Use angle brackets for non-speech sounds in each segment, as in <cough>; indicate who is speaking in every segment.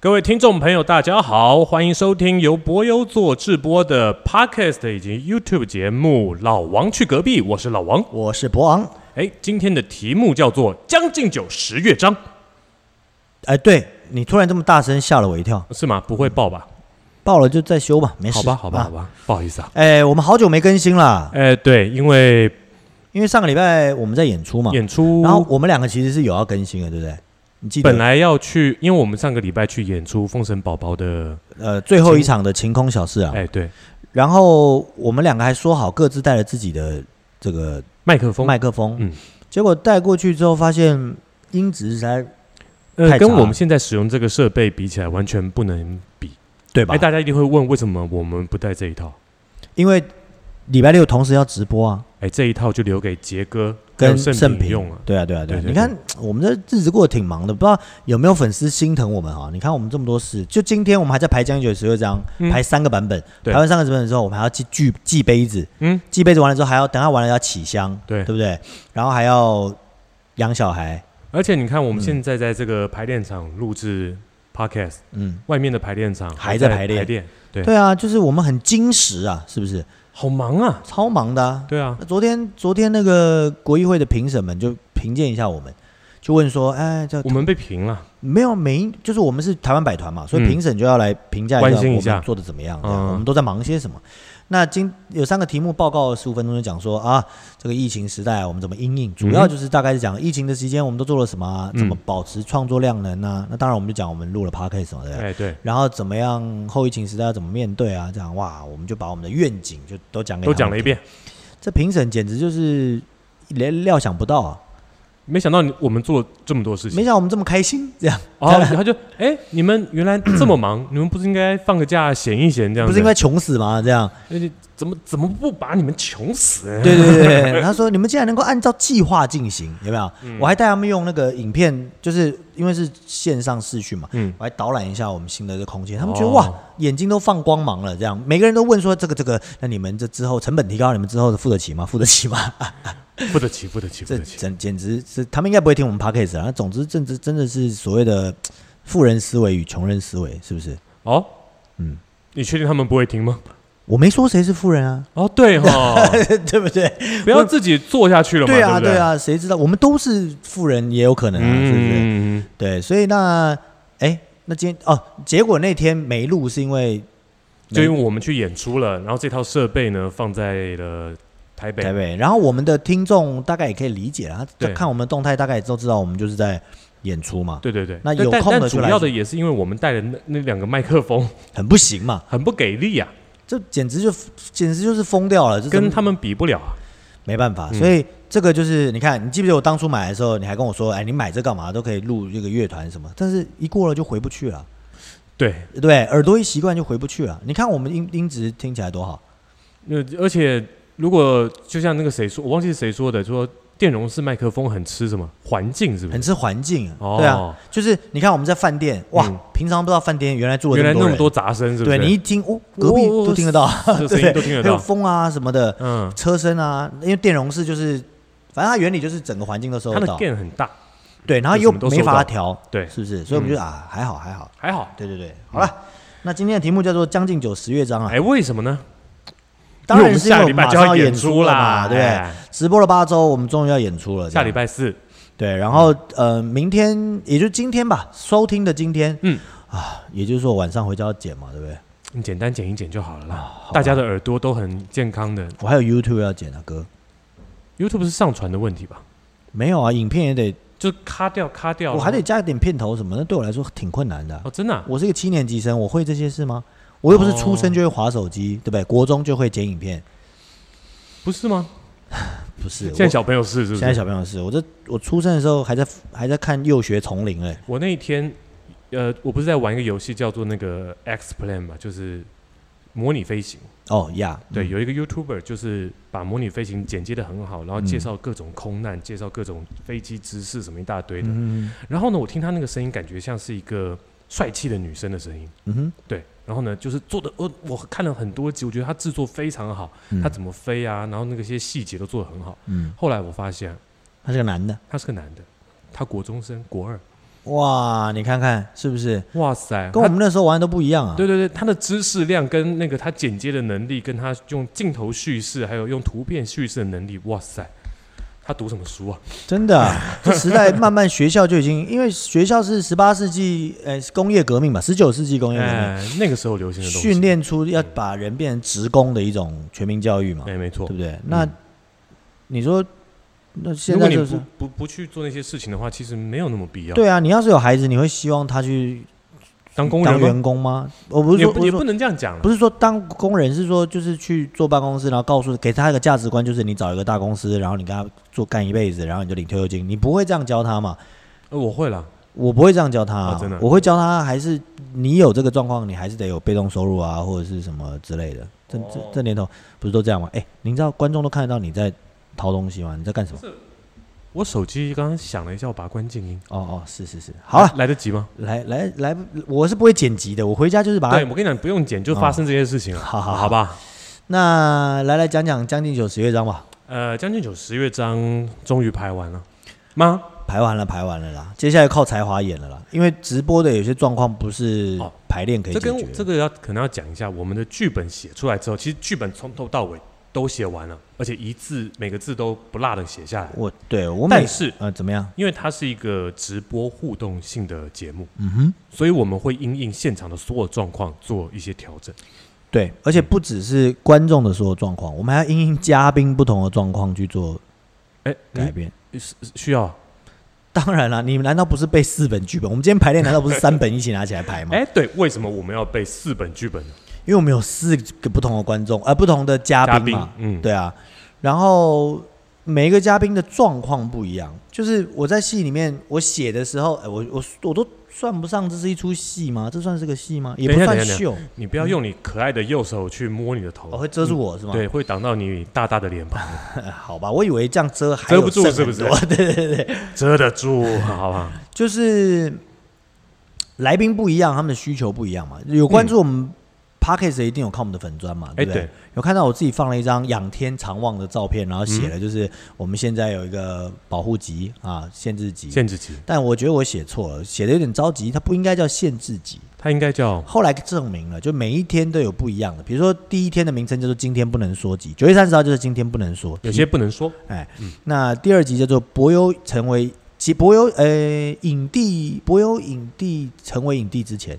Speaker 1: 各位听众朋友，大家好，欢迎收听由博优做制播的 Podcast 以及 YouTube 节目《老王去隔壁》，我是老王。
Speaker 2: 我是博昂。
Speaker 1: 哎，今天的题目叫做《将进酒十乐章》，哦
Speaker 2: 哎，对你突然这么大声，吓了我一跳。
Speaker 1: 是吗？不会爆吧？
Speaker 2: 爆了就再修吧，没事。
Speaker 1: 好吧，好吧，
Speaker 2: 啊
Speaker 1: 好。吧，不好意思啊。
Speaker 2: 哎，我们好久没更新了，
Speaker 1: 哎，对，因为
Speaker 2: 因为上个礼拜我们在演出嘛，
Speaker 1: 演出，
Speaker 2: 然后我们两个其实是有要更新的，对不对？你记得
Speaker 1: 本来要去，因为我们上个礼拜去演出《封神宝宝》的，
Speaker 2: 呃最后一场的晴空小事啊，
Speaker 1: 哎，对，
Speaker 2: 然后我们两个还说好各自带了自己的这个
Speaker 1: 麦克风，
Speaker 2: 麦克风，
Speaker 1: 嗯
Speaker 2: 结果带过去之后发现音质实在
Speaker 1: 呃，
Speaker 2: 太
Speaker 1: 跟
Speaker 2: 差
Speaker 1: 我
Speaker 2: 了
Speaker 1: 们现在使用这个设备比起来，完全不能比。
Speaker 2: 对
Speaker 1: 哎，
Speaker 2: 吧？
Speaker 1: 大家一定会问，为什么我们不带这一套？
Speaker 2: 因为礼拜六同时要直播啊，
Speaker 1: 哎，这一套就留给杰哥还有
Speaker 2: 跟
Speaker 1: 盛
Speaker 2: 平
Speaker 1: 用了。
Speaker 2: 对啊，对啊，对啊！
Speaker 1: 对对
Speaker 2: 你看我们这日子过得挺忙的，不知道有没有粉丝心疼我们啊？你看我们这么多事，就今天我们还在排《将九十二章》，
Speaker 1: 嗯
Speaker 2: 排三个版本，
Speaker 1: 对
Speaker 2: 排完三个版本之后，我们还要寄寄寄杯子，
Speaker 1: 嗯，
Speaker 2: 寄杯子完了之后还要等它完了要起香，
Speaker 1: 对
Speaker 2: 对不对？然后还要养小孩，
Speaker 1: 而且你看，我们现在在这个排练场录制 podcast，
Speaker 2: 嗯，
Speaker 1: 外面的排练场
Speaker 2: 还
Speaker 1: 在
Speaker 2: 在排练
Speaker 1: 对
Speaker 2: 对啊，就是我们很矜持啊，是不是？
Speaker 1: 好忙啊。
Speaker 2: 超忙的、啊。
Speaker 1: 对啊，
Speaker 2: 那昨天昨天那个国议会的评审们就评鉴一下我们，就问说，哎，这
Speaker 1: 我们被评了，
Speaker 2: 没有没，就是我们是台湾百团嘛，所以
Speaker 1: 嗯
Speaker 2: 评审就要来评价一下
Speaker 1: 关心一
Speaker 2: 我
Speaker 1: 下
Speaker 2: 们做的怎么样，这样
Speaker 1: 嗯
Speaker 2: 我们都在忙些什么。那今有三个题目报告，十五分钟就讲说啊，这个疫情时代我们怎么应应，主要就是大概是讲疫情的期间我们都做了什么啊、
Speaker 1: 嗯
Speaker 2: 怎么保持创作量能啊。那当然我们就讲我们录了 podcast 嘛，对不啊对？
Speaker 1: 哎，对，
Speaker 2: 然后怎么样后疫情时代要怎么面对啊？这样哇，我们就把我们的愿景就都讲给
Speaker 1: 都
Speaker 2: 他们
Speaker 1: 讲了一
Speaker 2: 听，
Speaker 1: 遍。
Speaker 2: 这评审简直就是连料想不到啊，
Speaker 1: 没想到你我们做这么多事
Speaker 2: 没
Speaker 1: 情，
Speaker 2: 想到我们这么开心这样。
Speaker 1: 哦，他就哎，你们原来这么忙，你们不是应该放个假闲一闲这样子？
Speaker 2: 不是因为穷死吗？这样，
Speaker 1: 而且怎么怎么不把你们穷死？
Speaker 2: 对对对对，对他说你们竟然能够按照计划进行，有没有？我还带他们用那个影片，就是因为是线上视讯嘛，
Speaker 1: 嗯
Speaker 2: 我还导览一下我们新的这个空间，他们
Speaker 1: 哦
Speaker 2: 觉得、哇，眼睛都放光芒了，这样每个人都问说这个这个，那你们这之后成本提高，你们之后付得起吗？付得起吗？
Speaker 1: 付得起，付得起，付
Speaker 2: 这
Speaker 1: 得起。
Speaker 2: 简简直是他们应该不会听我们 podcast 啊。总之，政治真的是所谓的富人思维与穷人思维，是不是？
Speaker 1: 哦，嗯
Speaker 2: 嗯，
Speaker 1: 你确定他们不会听吗？
Speaker 2: 我没说谁是富人啊，
Speaker 1: 哦，对
Speaker 2: <laughs>
Speaker 1: 哈，
Speaker 2: 对不对？
Speaker 1: 不要自己做下去了嘛，
Speaker 2: 对啊，
Speaker 1: 不对？
Speaker 2: 对啊，谁知道？我们都是富人，也有可能啊，是不是？
Speaker 1: 嗯，嗯
Speaker 2: 对，所以那哎，那今天哦，结果那天没录是因为
Speaker 1: 就因为我们去演出了，然后这套设备呢放在了台北，
Speaker 2: 台北，然后我们的听众大概也可以理解啦，他
Speaker 1: 对
Speaker 2: 看我们动态大概也都知道我们就是在演出嘛，
Speaker 1: 对对对。
Speaker 2: 那
Speaker 1: 但
Speaker 2: 有
Speaker 1: 但
Speaker 2: 空的
Speaker 1: 但
Speaker 2: 就
Speaker 1: 主
Speaker 2: 来
Speaker 1: 要的也是因为我们带的那那两个麦克风
Speaker 2: 很不行嘛，
Speaker 1: 很不给力啊，
Speaker 2: 这简直就简直就是疯掉了，这怎
Speaker 1: 跟
Speaker 2: 么
Speaker 1: 他们比不了啊。
Speaker 2: 没办法，所以这个就是你看，你记不记得我当初买的时候，你还跟我说，哎，你买这干嘛？都可以录这个乐团什么，但是一过了就回不去了，
Speaker 1: 对，
Speaker 2: 对不对，耳朵一习惯就回不去了。你看我们音音质听起来多好，
Speaker 1: 那而且如果就像那个谁说，我忘记是谁说的，说电容式麦克风很吃什么环境，是不
Speaker 2: 很
Speaker 1: 是？
Speaker 2: 吃环境啊，
Speaker 1: 嗯哦
Speaker 2: 对啊，就是你看我们在饭店，哇，
Speaker 1: 嗯
Speaker 2: 平常不知道饭店原来住了
Speaker 1: 原来
Speaker 2: 这么
Speaker 1: 那么
Speaker 2: 人
Speaker 1: 多杂声，是不是？
Speaker 2: 对你一听，哦，隔壁
Speaker 1: 哦
Speaker 2: 都听得到， <laughs>
Speaker 1: 这声音都听得
Speaker 2: 还有
Speaker 1: 到。
Speaker 2: 风啊什么的，
Speaker 1: 嗯，
Speaker 2: 车声啊，因为电容式就是，反正它原理就是整个环境都收
Speaker 1: 它的
Speaker 2: 得到，
Speaker 1: gain 很大，
Speaker 2: 对，然后
Speaker 1: 就
Speaker 2: 又
Speaker 1: 什么都
Speaker 2: 没
Speaker 1: 收
Speaker 2: 法
Speaker 1: 到
Speaker 2: 调，
Speaker 1: 对，嗯
Speaker 2: 是不是？所以我们就啊，还好还好，
Speaker 1: 还好。
Speaker 2: 对对对，好了。那今天的题目叫做《将进酒十乐章》啊，
Speaker 1: 哎，为什么呢？
Speaker 2: 当
Speaker 1: 因为我
Speaker 2: 然
Speaker 1: 们
Speaker 2: 是因
Speaker 1: 下
Speaker 2: 为我
Speaker 1: 礼
Speaker 2: 们
Speaker 1: 拜
Speaker 2: 马
Speaker 1: 就
Speaker 2: 上要
Speaker 1: 演
Speaker 2: 演出
Speaker 1: 出
Speaker 2: 了
Speaker 1: 啦，
Speaker 2: 嘛，对不对？
Speaker 1: 哎
Speaker 2: 直播了八周，我们终于要演出了。
Speaker 1: 下礼
Speaker 2: 拜
Speaker 1: 拜四，
Speaker 2: 对，然后呃，明天也就是今天吧，收听的今天，
Speaker 1: 嗯
Speaker 2: 啊，也就是说晚上回家要剪嘛，对不对？
Speaker 1: 你简单剪一剪就好了啦。
Speaker 2: 好吧啊
Speaker 1: 大家的耳朵都很健康的
Speaker 2: 我还有 YouTube 要剪啊，哥，
Speaker 1: ，YouTube 是上传的问题吧？
Speaker 2: 没有啊，影片也得，
Speaker 1: 就咔掉咔掉，
Speaker 2: 我还得
Speaker 1: 然
Speaker 2: 加一点片头什么，那对我来说挺困难的啊、
Speaker 1: 后哦，真的啊
Speaker 2: 我是个七年级生，我会这些事吗？我又不是出生就会划手
Speaker 1: 哦
Speaker 2: 机，对不对？国中就会剪影片，
Speaker 1: 不是吗？
Speaker 2: 不是？
Speaker 1: 现在
Speaker 2: 我
Speaker 1: 小朋友是是不
Speaker 2: 现在
Speaker 1: 是？
Speaker 2: 小朋友是我这我出生的时候还在还在看幼学丛林嘞，
Speaker 1: 我那一天，呃，我不是在玩一个游戏叫做那个 X Plan 嘛，就是模拟飞行。
Speaker 2: 哦呀，
Speaker 1: 对，有一个 YouTuber 就是把模拟飞行剪接的很好，然后介绍各种空难，介绍各种飞机知识什么一大堆的。
Speaker 2: 嗯，
Speaker 1: 然后呢，我听他那个声音，感觉像是一个帅气的女生的声音，
Speaker 2: 嗯哼，
Speaker 1: 对。然后呢，就是做的，我我看了很多集，我觉得他制作非常好，
Speaker 2: 嗯
Speaker 1: 他怎么飞啊，然后那个些细节都做的很好。
Speaker 2: 嗯，
Speaker 1: 后来我发现啊
Speaker 2: 他是个男的，
Speaker 1: 他是个男的，他国中生，国二，
Speaker 2: 哇，你看看是不是
Speaker 1: 哇塞，
Speaker 2: 跟我
Speaker 1: 他
Speaker 2: 们那时候玩的都不一样啊？
Speaker 1: 对对对，他的知识量跟那个他剪接的能力，跟他用镜头叙事，还有用图片叙事的能力，哇塞，他读什么书啊？
Speaker 2: 真的啊，
Speaker 1: <laughs>
Speaker 2: 这时代慢慢学校就已经，因为学校是十八世纪，呃，工业革命嘛，十九世纪工业革命，
Speaker 1: 哎，那个时候流行的东西，
Speaker 2: 训，练出要把人变成职工的一种全民教育嘛，
Speaker 1: 哎，没错
Speaker 2: 啊对不。对？那你说，那现
Speaker 1: 如果
Speaker 2: 在
Speaker 1: 你
Speaker 2: 就
Speaker 1: 不
Speaker 2: 是
Speaker 1: 不不去做那些事情的话，其实没有那么必要。
Speaker 2: 对啊，你要是有孩子，你会希望他去
Speaker 1: 当工
Speaker 2: 当
Speaker 1: 人吗
Speaker 2: 员工吗？我不是
Speaker 1: 也
Speaker 2: 说
Speaker 1: 不
Speaker 2: 不
Speaker 1: 也
Speaker 2: 是
Speaker 1: 不
Speaker 2: 说
Speaker 1: 能这样讲了。
Speaker 2: 不是说当工人，是说就是去坐办公室，然后告诉给他一个价值观，就是你找一个大公司，然后你跟他做干一辈子，然后你就领退休金，你不会这样教他嘛？
Speaker 1: 呃，我会了，
Speaker 2: 我不会这样教他、啊
Speaker 1: 哦真的
Speaker 2: 我会教他还是你有这个状况，你还是得有被动收入啊，或者是什么之类的。这这
Speaker 1: 哦
Speaker 2: 这年头不是都这样吗？哎，您知道观众都看得到你在掏东西吗？你在干什么？
Speaker 1: 我手机刚刚响了一下，我把它关静音。
Speaker 2: 哦哦，是是是，好了，
Speaker 1: 来来得及吗？
Speaker 2: 来来来，我是不会剪辑的，我回家就是把它
Speaker 1: 对，我跟你讲，不用剪，就发生这些事情了。
Speaker 2: 啊好好好
Speaker 1: 好吧。
Speaker 2: 那来来讲讲《将进酒》十乐章吧，
Speaker 1: 呃，《将进酒》十乐章终于拍完了吗？
Speaker 2: 排完了，排完了啦，接下来靠才华演了啦，因为直播的有些状况不是
Speaker 1: 哦
Speaker 2: 排练可以
Speaker 1: 这
Speaker 2: 解决
Speaker 1: 跟这个要可能要讲一下，我们的剧本写出来之后，其实剧本从头到尾都写完了，而且一字每个字都不落的写下来。
Speaker 2: 我对我每
Speaker 1: 但是
Speaker 2: 呃怎么样？
Speaker 1: 因为它是一个直播互动性的节目，
Speaker 2: 嗯哼，
Speaker 1: 所以我们会因应现场的所有状况做一些调整。
Speaker 2: 对，而
Speaker 1: 嗯
Speaker 2: 且不只是观众的所有状况，我们还要因应嘉宾不同的状况去做
Speaker 1: 哎，
Speaker 2: 改变。
Speaker 1: 需要啊？
Speaker 2: 当然了，你们难道不是背四本剧本？我们今天排练难道不是三本一起拿起
Speaker 1: <laughs>
Speaker 2: 来排吗？
Speaker 1: 哎，对，为什么我们要背四本剧本呢？
Speaker 2: 因为我们有四个不同的观众，呃，不同的嘉
Speaker 1: 嘉
Speaker 2: 宾
Speaker 1: 宾
Speaker 2: 嘛，，
Speaker 1: 嗯，
Speaker 2: 对啊，然后每一个嘉宾的状况不一样，就是我在戏里面我写的时候，哎，我我我都算不上这是一出戏吗？这算是个戏吗？也不
Speaker 1: 等一下
Speaker 2: 算
Speaker 1: 等一下
Speaker 2: 秀，
Speaker 1: 你不要用你可爱的右手去摸你的头，嗯
Speaker 2: 哦，会遮住我是吗？
Speaker 1: 对，会挡到你大大的脸庞，
Speaker 2: 好吧，我以为这样遮还
Speaker 1: 遮
Speaker 2: 有
Speaker 1: 不住
Speaker 2: 剩
Speaker 1: 是不
Speaker 2: 很
Speaker 1: 是
Speaker 2: 多 <laughs> 对对对对，
Speaker 1: 遮得住，好不好？
Speaker 2: 就是来宾不一样，他们的需求不一样嘛。有关注我们 p o d c a s t 一定有看我们的粉砖嘛，
Speaker 1: 嗯哎，
Speaker 2: 对不对？
Speaker 1: 对，
Speaker 2: 有看到我自己放了一张仰天长望的照片，然后
Speaker 1: 嗯
Speaker 2: 写了就是我们现在有一个保护级啊，限制级。
Speaker 1: <laughs> 限制级，
Speaker 2: 但我觉得我写错了，写的有点着急，它不应该叫限制级。
Speaker 1: 它应该叫
Speaker 2: 后来证明了，就每一天都有不一样的，比如说第一天的名称叫做“今天不能说”集，九月三十号就是今天不能说，
Speaker 1: 有些不能说，
Speaker 2: 哎，那第二集叫做呃博优成为其博优呃影帝，博优影帝成为影帝之前，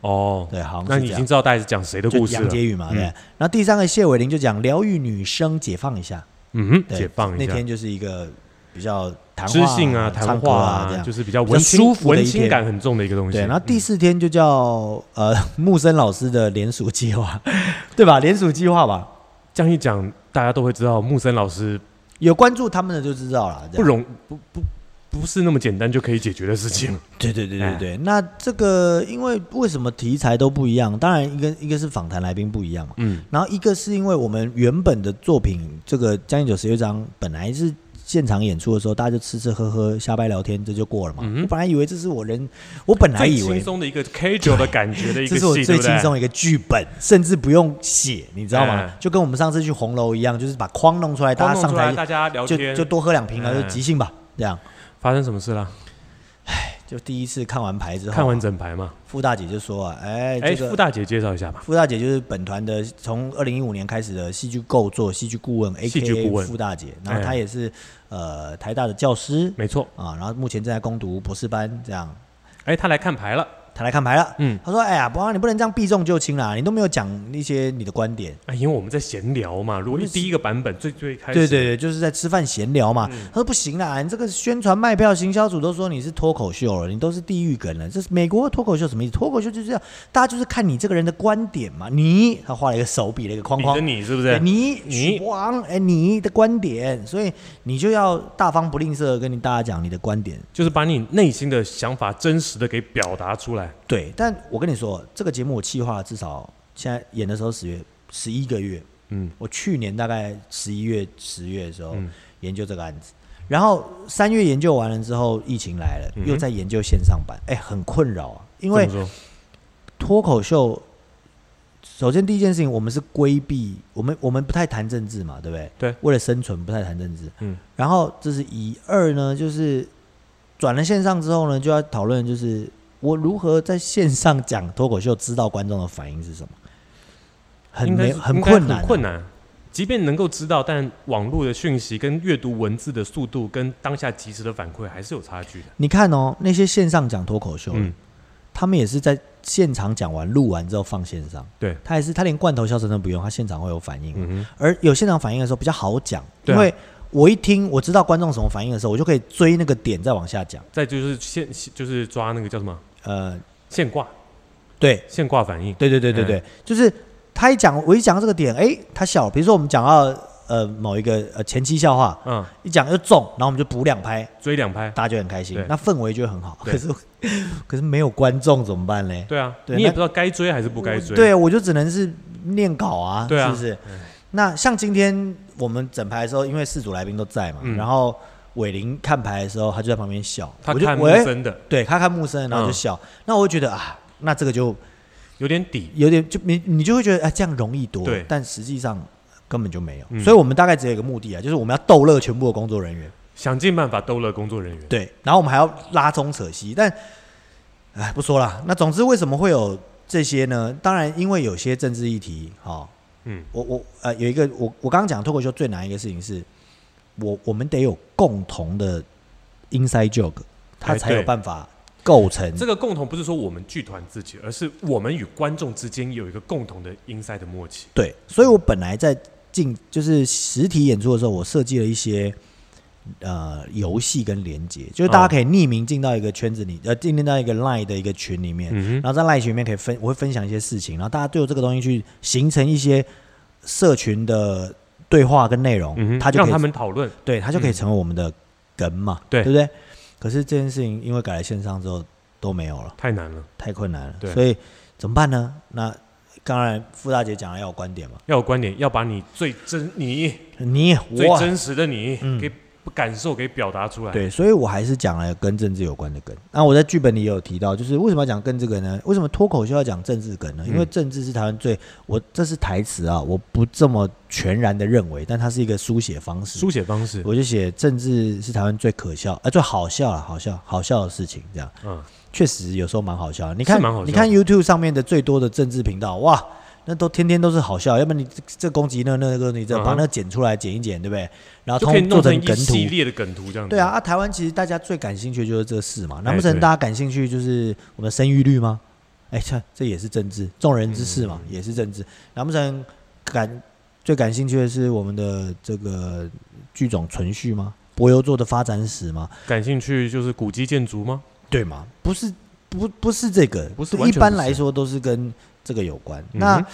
Speaker 1: 哦，
Speaker 2: 对，好
Speaker 1: 那
Speaker 2: 像是
Speaker 1: 你
Speaker 2: 这
Speaker 1: 已
Speaker 2: 样
Speaker 1: 经。知道大概是讲谁的
Speaker 2: 就
Speaker 1: 故事
Speaker 2: 杨
Speaker 1: 了？
Speaker 2: 洁宇嘛，
Speaker 1: 嗯
Speaker 2: 对。然后第三个谢伟玲就讲疗愈女生，解放一下，
Speaker 1: 嗯哼，
Speaker 2: 对
Speaker 1: 解放一
Speaker 2: 那
Speaker 1: 下，
Speaker 2: 天就是一个比较谈话
Speaker 1: 知性啊，谈
Speaker 2: 唱歌
Speaker 1: 话
Speaker 2: 啊这样。
Speaker 1: 就是比较
Speaker 2: 比较
Speaker 1: 文青
Speaker 2: 舒服的一
Speaker 1: 文
Speaker 2: 天
Speaker 1: 青感很重的一个东西。
Speaker 2: 对，然后第四天就叫呃 <laughs> 木森老师的联署计划，对吧？联署计划吧，
Speaker 1: 这样一讲，大家都会知道木森老师
Speaker 2: 有关注他们的就知道了。这
Speaker 1: 不
Speaker 2: 样
Speaker 1: 容不不不是那么简单就可以解决的事情。
Speaker 2: 对对对
Speaker 1: 哎
Speaker 2: 对对，那这个因为为什么题材都不一样？当然一个一个是访谈来宾不一样嘛，
Speaker 1: <laughs> 嗯，
Speaker 2: 然后一个是因为我们原本的作品这个《将近九十六章》本来是。现场演出的时候，大家就吃吃喝喝、瞎掰聊天，这就过了嘛。
Speaker 1: 嗯哼
Speaker 2: 我本来以为这是我人，我本来
Speaker 1: 最
Speaker 2: 以
Speaker 1: 轻
Speaker 2: 为
Speaker 1: 松的一个 casual 的感觉的一
Speaker 2: 这
Speaker 1: 个
Speaker 2: 是我
Speaker 1: 戏，对
Speaker 2: 最
Speaker 1: 不对
Speaker 2: 轻？松的一个剧本，甚至不用写，你知道吗？
Speaker 1: 嗯
Speaker 2: 就跟我们上次去红楼一样，就是把框弄出来，大
Speaker 1: 观众
Speaker 2: 家上
Speaker 1: 出来
Speaker 2: 台
Speaker 1: 大家聊
Speaker 2: 就
Speaker 1: 天，
Speaker 2: 就多喝两瓶啊，
Speaker 1: 嗯
Speaker 2: 就即兴吧，这样。
Speaker 1: 发生什么事了？
Speaker 2: 就第一次看完牌之后，
Speaker 1: 看完整排嘛。
Speaker 2: 傅大姐就说啊：“哎，
Speaker 1: 哎，
Speaker 2: 这
Speaker 1: 傅
Speaker 2: 个
Speaker 1: 大姐介绍一下吧。
Speaker 2: 傅大姐就是本团的，从二零一五年开始的戏剧构作、戏剧顾问
Speaker 1: 戏剧顾
Speaker 2: ，A.K.A.
Speaker 1: 问
Speaker 2: 傅大姐。然后
Speaker 1: 哎
Speaker 2: 她也是呃台大的教师
Speaker 1: 没错，
Speaker 2: 啊，然后目前正在攻读博士班，这样。
Speaker 1: 哎，她来看牌了。
Speaker 2: 她来看牌了，
Speaker 1: 嗯，
Speaker 2: 她说：哎呀，不啊，你不能这样避重就轻啦，你都没有讲一些你的观点。”
Speaker 1: 哎，因为我们在闲聊嘛，如果一第一个版本最最开始，嗯
Speaker 2: 对对对，就是在吃饭闲聊嘛。他说不行啦，你这个宣传卖票行销组都说你是脱口秀了，你都是地域梗了。这是美国脱口秀什么意思？脱口秀就是要大家就是看你这个人的观点嘛。你他画了一个手比了一个框
Speaker 1: 比着
Speaker 2: 框，
Speaker 1: 你是不
Speaker 2: 对
Speaker 1: 是？
Speaker 2: 哎你
Speaker 1: 你
Speaker 2: 许王哎你的观点，所以你就要大方不吝啬地跟你大家讲你的观点。
Speaker 1: 就是把你内心的想法真实的给表达出来。
Speaker 2: 对，但我跟你说，这个节目我计划了至少现在演的时候十月十一个月，
Speaker 1: 嗯，
Speaker 2: 我去年大概十一月、十月的时候
Speaker 1: 嗯
Speaker 2: 研究这个案子，然后三月研究完了之后，疫情来了，
Speaker 1: 嗯
Speaker 2: 又在研究线上版，哎，很困扰啊。因为
Speaker 1: 怎么说
Speaker 2: 脱口秀，首先第一件事情，我们是规避，我们我们不太谈政治嘛，对不对？
Speaker 1: 对。
Speaker 2: 为了生存，不太谈政治。
Speaker 1: 嗯。
Speaker 2: 然后这是一二呢，就是转了线上之后呢，就要讨论就是我如何在线上讲脱口秀，知道观众的反应是什么，很
Speaker 1: 应该
Speaker 2: 没
Speaker 1: 是
Speaker 2: 很
Speaker 1: 应该
Speaker 2: 困难啊、
Speaker 1: 很困难。即便能够知道，但网络的讯息跟阅读文字的速度跟当下及时的反馈还是有差距的。
Speaker 2: 你看哦，那些线上讲脱口秀的，
Speaker 1: 嗯，
Speaker 2: 他们也是在现场讲完、录完之后放线上。
Speaker 1: 对，
Speaker 2: 他也是，他连罐头笑声都不用，他现场会有反应。
Speaker 1: 嗯
Speaker 2: 而有现场反应的时候比较好讲，
Speaker 1: 对
Speaker 2: 因
Speaker 1: 啊
Speaker 2: 为我一听我知道观众什么反应的时候，我就可以追那个点再往下讲。
Speaker 1: 再就是现就是抓那个叫什么
Speaker 2: 呃，
Speaker 1: 现挂
Speaker 2: 对
Speaker 1: 现挂反应，
Speaker 2: 对对对对
Speaker 1: 嗯
Speaker 2: 对，就是他一讲，我一讲到这个点，诶，他笑。比如说我们讲到呃某一个呃前期笑话，
Speaker 1: 嗯，
Speaker 2: 一讲又中，然后我们就补两拍，
Speaker 1: 追两拍，
Speaker 2: 大家就很开心
Speaker 1: 对，
Speaker 2: 那氛围就会很好。
Speaker 1: 对
Speaker 2: 可是 <laughs> 可是没有观众怎么办嘞？
Speaker 1: 对啊，
Speaker 2: 对
Speaker 1: 你也
Speaker 2: 那
Speaker 1: 不知道该追还是不该追，
Speaker 2: 对，我就只能是念稿啊，
Speaker 1: 对啊
Speaker 2: 是不是？那像今天我们整排的时候，因为四组来宾都在嘛，
Speaker 1: 嗯
Speaker 2: 然后伟林看牌的时候，他就在旁边笑，
Speaker 1: 他
Speaker 2: 我就
Speaker 1: 看嗯
Speaker 2: 我
Speaker 1: 陌
Speaker 2: 哎
Speaker 1: 生的
Speaker 2: 对他看木生，然后就笑，那我就觉得啊，那这个就
Speaker 1: 有点底，
Speaker 2: 有点就你你就会觉得哎、这样容易多
Speaker 1: 对，
Speaker 2: 但实际上根本就没有，
Speaker 1: 嗯
Speaker 2: 所以我们大概只有一个目的啊，就是我们要逗乐全部的工作人员，
Speaker 1: 想尽办法兜了工作人员。
Speaker 2: 对，然后我们还要拉中扯西，但哎，不说了。那总之，为什么会有这些呢？当然，因为有些政治议题，哦，
Speaker 1: 嗯，
Speaker 2: 我我呃有一个我我刚刚讲脱口秀最难一个事情是，我我们得有共同的 inside joke，它
Speaker 1: 哎
Speaker 2: 才有
Speaker 1: 对
Speaker 2: 办法构成。
Speaker 1: 这个共同不是说我们剧团自己，而是我们与观众之间有一个共同的 inside 的默契。
Speaker 2: 对，所以我本来在进就是实体演出的时候，我设计了一些呃游戏跟连接，就是大家
Speaker 1: 哦
Speaker 2: 可以匿名进到一个圈子里，呃，进到一个 Line 的一个群里面，
Speaker 1: 嗯哼
Speaker 2: 然后在 Line 群里面可以分，我会分享一些事情，然后大家对我这个东西去形成一些社群的对话跟内容，
Speaker 1: 嗯哼，
Speaker 2: 他就
Speaker 1: 让
Speaker 2: 可以
Speaker 1: 他们讨论，
Speaker 2: 对他就可以成为我们的梗嘛，
Speaker 1: 对
Speaker 2: 对不对？可是这件事情因为改来线上之后都没有了。
Speaker 1: 太难了，
Speaker 2: 太困难了，
Speaker 1: 对
Speaker 2: 所以怎么办呢？那当然，傅大姐讲了要有观点嘛，
Speaker 1: 要有观点，要把你最真你
Speaker 2: 你
Speaker 1: 最
Speaker 2: 我
Speaker 1: 真实的你给感受给表达出来。
Speaker 2: 嗯对，所以我还是讲了跟政治有关的梗。那我在剧本里也有提到，就是为什么要讲跟这个呢？为什么脱口秀要讲政治梗呢？因为
Speaker 1: 嗯
Speaker 2: 政治是台湾最我这是台词啊，我不这么全然的认为，但它是一个书写方式。
Speaker 1: 书写方式，
Speaker 2: 我就写政治是台湾最可笑，呃，最好笑了，好笑，好笑的事情，这样
Speaker 1: 嗯，
Speaker 2: 确实有时候蛮好笑的。你看
Speaker 1: 是蛮好笑，的
Speaker 2: 你看 YouTube 上面的最多的政治频道，哇，那都天天都是好笑，要不然你这这攻击那那个你这
Speaker 1: 嗯哼
Speaker 2: 把那个剪出来剪一剪，对不对？然后
Speaker 1: 就可以
Speaker 2: 通
Speaker 1: 弄
Speaker 2: 做
Speaker 1: 成一
Speaker 2: 梗图，
Speaker 1: 系列的梗图这样子。
Speaker 2: 对啊，，啊，台湾其实大家最感兴趣的就是这事嘛，难
Speaker 1: 嗯
Speaker 2: 不
Speaker 1: 哎
Speaker 2: 成
Speaker 1: 对
Speaker 2: 大家感兴趣就是我们的生育率吗？哎，这这也是政治，众人之事嘛，
Speaker 1: 嗯
Speaker 2: 也是政治。难不成感最感兴趣的是我们的这个剧种存续吗？柏油座的发展史吗？
Speaker 1: 感兴趣就是古迹建筑吗？
Speaker 2: 对吗？不是，不不是这个，
Speaker 1: 不是
Speaker 2: 对
Speaker 1: 完
Speaker 2: 一
Speaker 1: 全
Speaker 2: 般
Speaker 1: 不是
Speaker 2: 来说都是跟这个有关。那
Speaker 1: 哼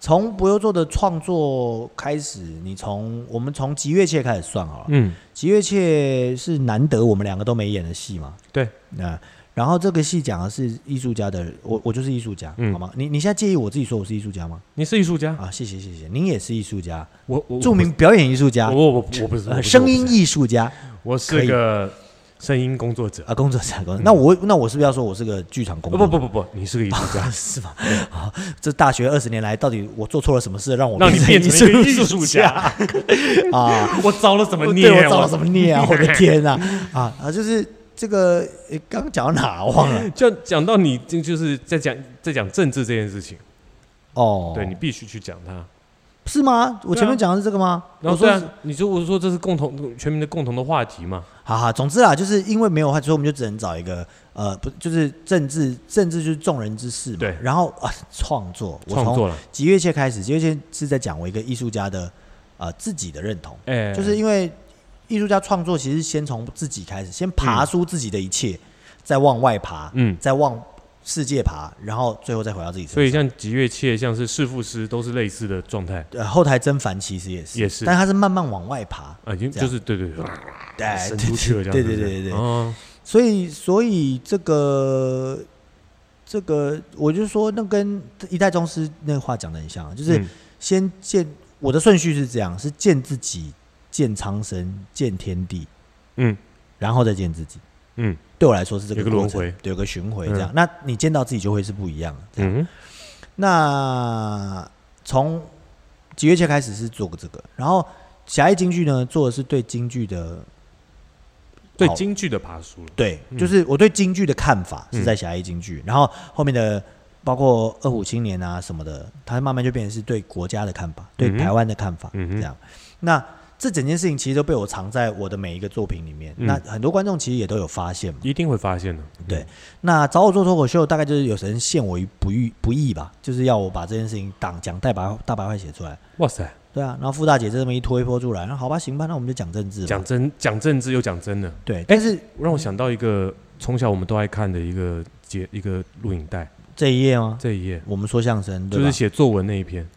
Speaker 2: 从柏油座的创作开始，你从我们从吉月切开始算好了。
Speaker 1: 嗯，
Speaker 2: 吉月切是难得我们两个都没演的戏嘛？
Speaker 1: 对，
Speaker 2: 那、然后这个戏讲的是艺术家的，我我就是艺术家，
Speaker 1: 嗯
Speaker 2: 好吗？你你现在介意我自己说我是艺术家吗？
Speaker 1: 你是艺术家，
Speaker 2: 啊，谢谢谢谢，您也是艺术家，
Speaker 1: 我我
Speaker 2: 著名表演艺术家
Speaker 1: 我，我我我不是
Speaker 2: 呃，声音，艺术家啊、
Speaker 1: 我是个声音工作者。
Speaker 2: 工作者工作。那我那我是不是要说我是个剧场工
Speaker 1: 不
Speaker 2: 作？
Speaker 1: 嗯不不不不，你是个艺术
Speaker 2: <laughs>
Speaker 1: 家，
Speaker 2: 是吗？啊，这大学二十年来，到底我做错了什么事，让我
Speaker 1: 让你变
Speaker 2: 变
Speaker 1: 成
Speaker 2: 成
Speaker 1: 一个艺
Speaker 2: 艺
Speaker 1: 术
Speaker 2: 术家
Speaker 1: 家，
Speaker 2: <laughs> 啊？
Speaker 1: 我遭了什么
Speaker 2: 对
Speaker 1: 孽？
Speaker 2: 我造了什么孽
Speaker 1: <laughs>
Speaker 2: 啊！我的天啊！啊啊，就是这个，诶刚讲到哪忘了
Speaker 1: 就讲到你，就就是在讲在讲政治这件事情，
Speaker 2: 哦？
Speaker 1: <laughs> 对你必须去讲它。
Speaker 2: 是吗？我前
Speaker 1: 对
Speaker 2: 面
Speaker 1: 啊
Speaker 2: 讲的是这个吗？
Speaker 1: 然
Speaker 2: 我
Speaker 1: 后对
Speaker 2: 说是，
Speaker 1: 啊，你就我说这是共同全民的共同的话题嘛，
Speaker 2: 哈哈，总之啦，就是因为没有话，所以我们就只能找一个呃，不就是政治，政治就是众人之事嘛。
Speaker 1: 对
Speaker 2: 然后啊，创作，我
Speaker 1: 创
Speaker 2: 从
Speaker 1: 作了，
Speaker 2: 几月切开始，几月切是在讲我一个艺术家的呃自己的认同，
Speaker 1: 哎，
Speaker 2: 就是因为艺术家创作其实先从自己开始，先爬出自己的一切，再往外爬，
Speaker 1: 嗯，
Speaker 2: 再往世界爬，然后最后再回到自己身上。
Speaker 1: 所以像吉月切，像是弑父师，都是类似的状态
Speaker 2: 呃，后台真烦其实也是，
Speaker 1: 也是
Speaker 2: 但他是慢慢往外爬，
Speaker 1: 啊，已经
Speaker 2: 这样
Speaker 1: 就是对对对，
Speaker 2: 哎
Speaker 1: 伸出去了这样，
Speaker 2: 对
Speaker 1: 不
Speaker 2: 对对对对
Speaker 1: 哦，
Speaker 2: 所以，所以这个这个，我就说，那跟一代宗师那话讲的很像啊，就是
Speaker 1: 嗯
Speaker 2: 先见、我的顺序是这样：是见自己，见苍生，见天地，
Speaker 1: 嗯
Speaker 2: 然后再见自己。
Speaker 1: 嗯
Speaker 2: 对我来说是这个
Speaker 1: 有个轮
Speaker 2: 过程
Speaker 1: 回，
Speaker 2: 对有个巡回这样。那你见到自己就会是不一样的。这样
Speaker 1: 嗯
Speaker 2: 那从几月前开始是做过这个，然后狭义京剧呢做的是对京剧的
Speaker 1: 哼，对
Speaker 2: 好
Speaker 1: 京剧的爬书了，
Speaker 2: 对，就是我对京剧的看法
Speaker 1: 嗯
Speaker 2: 是在狭义京剧，然后后面的包括二虎青年啊什么的，它慢慢就变成是对国家的看法，对
Speaker 1: 嗯哼
Speaker 2: 台湾的看法，
Speaker 1: 嗯哼
Speaker 2: 这样。那这整件事情其实都被我藏在我的每一个作品里面，
Speaker 1: 嗯
Speaker 2: 那很多观众其实也都有发现嘛。
Speaker 1: 一定会发现的。
Speaker 2: 对，那找我做脱口秀，大概就是有人陷我于不义不义吧，就是要我把这件事情挡讲大白大白话写出来。
Speaker 1: 哇塞，
Speaker 2: 对啊，然后傅大姐这么一拖一泼出来，那好吧，行吧，那我们就讲政治吧。
Speaker 1: 讲真讲政治又讲真的，
Speaker 2: 对，但是
Speaker 1: 让我想到一个从小我们都爱看的一个节一个录影带，
Speaker 2: 这一页吗？
Speaker 1: 这一页
Speaker 2: 我们说相声，
Speaker 1: 就
Speaker 2: 对吧？
Speaker 1: 是写作文那一篇。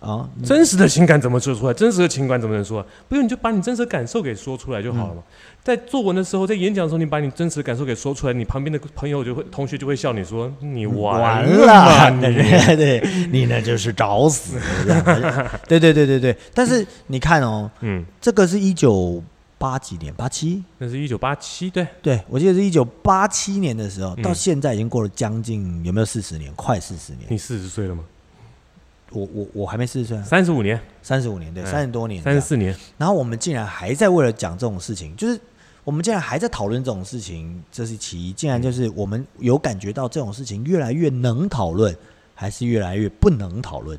Speaker 2: 啊，你
Speaker 1: 真实的情感怎么说出来？真实的情感怎么能说？不用你就把你真实的感受给说出来就好了嘛。在作文的时候，在演讲的时候，你把你真实的感受给说出来，你旁边的朋友就会同学就会笑你说你完
Speaker 2: 了，
Speaker 1: 嘛
Speaker 2: 那
Speaker 1: 你
Speaker 2: 是 <laughs> 对你那就是找死，
Speaker 1: <laughs>
Speaker 2: 这样对对对对对。但是你看哦，
Speaker 1: 嗯，
Speaker 2: 这个是一九八几年，八七，
Speaker 1: 那是一九八七，对，
Speaker 2: 对我记得是一九八七年的时候，
Speaker 1: 嗯
Speaker 2: 到现在已经过了将近有没有四十年，快四十年。
Speaker 1: 你四十岁了吗？
Speaker 2: 我我我还没四十岁啊，
Speaker 1: 三十五年，
Speaker 2: 三十五年，对，
Speaker 1: 嗯
Speaker 2: 三十多年，
Speaker 1: 三十。四年，
Speaker 2: 然后我们竟然还在为了讲这种事情，就是我们竟然还在讨论这种事情，这是其一。竟然就是我们有感觉到这种事情越来越能讨论，还是越来越不能讨论。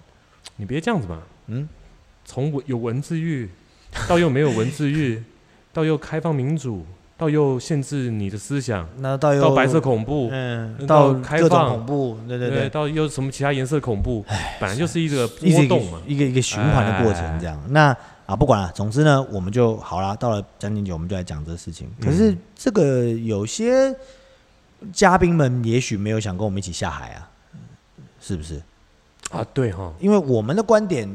Speaker 1: 你别这样子嘛。
Speaker 2: 嗯，
Speaker 1: 从文有文字狱，到又没有文字狱， <laughs> 到又开放民主，到又限制你的思想，
Speaker 2: 那到又
Speaker 1: 到白色恐怖，
Speaker 2: 嗯，
Speaker 1: 到
Speaker 2: 到
Speaker 1: 开
Speaker 2: 各种
Speaker 1: 放
Speaker 2: 恐怖，对对
Speaker 1: 对，
Speaker 2: 对，
Speaker 1: 到又什么其他颜色恐怖，本来就是一个
Speaker 2: 一
Speaker 1: 波
Speaker 2: 直一个
Speaker 1: 动嘛。
Speaker 2: 一个一个循环的过
Speaker 1: 哎
Speaker 2: 程这样。那啊，不管了，总之呢，我们就好啦。到了将近九，我们就来讲这个事情。
Speaker 1: 嗯
Speaker 2: 可是这个有些嘉宾们也许没有想跟我们一起下海啊，是不是？
Speaker 1: 啊，对哈，
Speaker 2: 因为我们的观点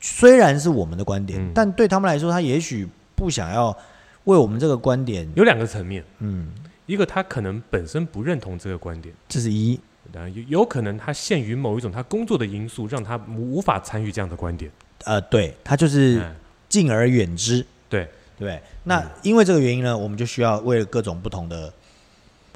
Speaker 2: 虽然是我们的观点，
Speaker 1: 嗯
Speaker 2: 但对他们来说，他也许不想要为我们这个观点，
Speaker 1: 有两个层面，
Speaker 2: 嗯，
Speaker 1: 一个他可能本身不认同这个观点，
Speaker 2: 这是一，
Speaker 1: 当然有有可能他限于某一种他工作的因素，让他无无法参与这样的观点。
Speaker 2: 呃，对他就是
Speaker 1: 嗯，
Speaker 2: 敬而远之，
Speaker 1: 对，
Speaker 2: 对不对？那因为这个原因呢，我们就需要为了各种不同的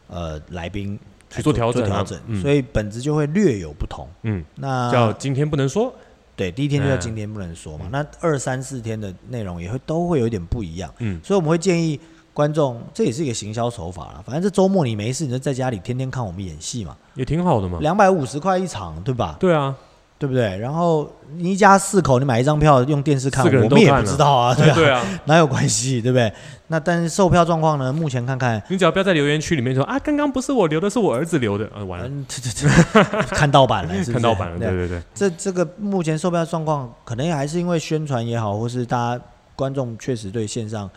Speaker 2: 呃来宾
Speaker 1: 去做调整啊
Speaker 2: 调整，
Speaker 1: 嗯
Speaker 2: 所以本质就会略有不同。
Speaker 1: 嗯，
Speaker 2: 那
Speaker 1: 叫今天不能说，
Speaker 2: 对第一天就叫
Speaker 1: 嗯
Speaker 2: 今天不能说嘛，那二三四天的内容也会都会有一点不一样，
Speaker 1: 嗯
Speaker 2: 所以我们会建议观众，这也是一个行销手法啦。反正这周末你没事，你就在家里天天看我们演戏嘛，
Speaker 1: 也挺好的嘛。
Speaker 2: 两百五十块一场，对吧？
Speaker 1: 对啊，
Speaker 2: 对不对？然后你一家四口，你买一张票用电视看，
Speaker 1: 四个人
Speaker 2: 我
Speaker 1: 都
Speaker 2: 们也
Speaker 1: 看
Speaker 2: 不
Speaker 1: 了
Speaker 2: 知道啊，对啊，
Speaker 1: 对啊，
Speaker 2: 哪有关系，对不对？那但是售票状况呢？目前看看
Speaker 1: 你只要不要在留言区里面说啊，刚刚不是我留的，是我儿子留的，啊，完了，
Speaker 2: 嗯，对对对，看盗版了，是不是
Speaker 1: 看到版了，对
Speaker 2: 对，
Speaker 1: 对对，
Speaker 2: 这这个目前售票状况，可能还是因为宣传也好，或是大家观众确实对线上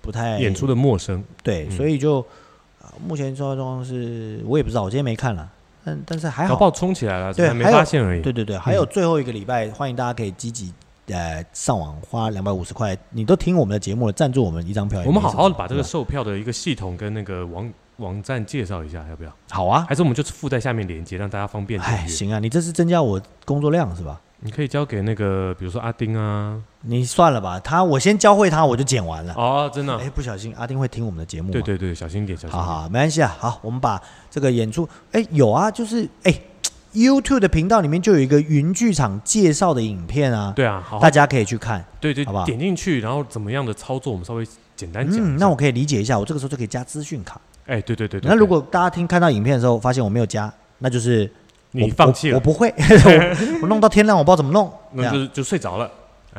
Speaker 2: 不太
Speaker 1: 演出的陌生，
Speaker 2: 对，
Speaker 1: 嗯
Speaker 2: 所以就、呃目前售票状况是我也不知道，我今天没看了，但但是还
Speaker 1: 搞
Speaker 2: 好
Speaker 1: 不，好冲起来了，只
Speaker 2: 对
Speaker 1: 是还没
Speaker 2: 还有
Speaker 1: 发现而已。
Speaker 2: 对对对，还有最后一个礼拜，欢迎大家可以积极。呃，上网花两百五十块，你都听我们的节目了，赞助我们一张哎票也没
Speaker 1: 我
Speaker 2: 什么，
Speaker 1: 们好好的把这个
Speaker 2: 对吧
Speaker 1: 售票的一个系统跟那个网网站介绍一下，要不要？
Speaker 2: 好啊，
Speaker 1: 还是我们就附在下面链接，让大家方便
Speaker 2: 哎，
Speaker 1: 点阅。
Speaker 2: 行啊，你这是增加我工作量是吧？
Speaker 1: 你可以交给那个，比如说阿丁啊，
Speaker 2: 你算了吧，他我先教会他，我就剪完了。
Speaker 1: 哦，真的啊、
Speaker 2: 哎、不小心阿丁会听我们的节目吗？
Speaker 1: 对对对，小心一点，小心
Speaker 2: 好
Speaker 1: 一点。
Speaker 2: 好，没关系啊。好，我们把这个演出，哎，有啊，就是哎，YouTube 的频道里面就有一个云剧场介绍的影片啊，
Speaker 1: 对啊，好好
Speaker 2: 大，家可以去看。
Speaker 1: 对对
Speaker 2: 好不，好
Speaker 1: 点进去，然后怎么样的操作，我们稍微简单讲一下。
Speaker 2: 嗯，那我可以理解一下，我这个时候就可以加资讯卡。
Speaker 1: 哎，对对对对，
Speaker 2: 那如
Speaker 1: 对
Speaker 2: 果大家听看到影片的时候发现我没有加，那就是
Speaker 1: 你
Speaker 2: 我
Speaker 1: 放弃
Speaker 2: 我，
Speaker 1: 了
Speaker 2: 我，
Speaker 1: <laughs>
Speaker 2: 不会，我我弄到天亮我不知道怎么弄，这
Speaker 1: 那
Speaker 2: 样
Speaker 1: 就是就睡着了，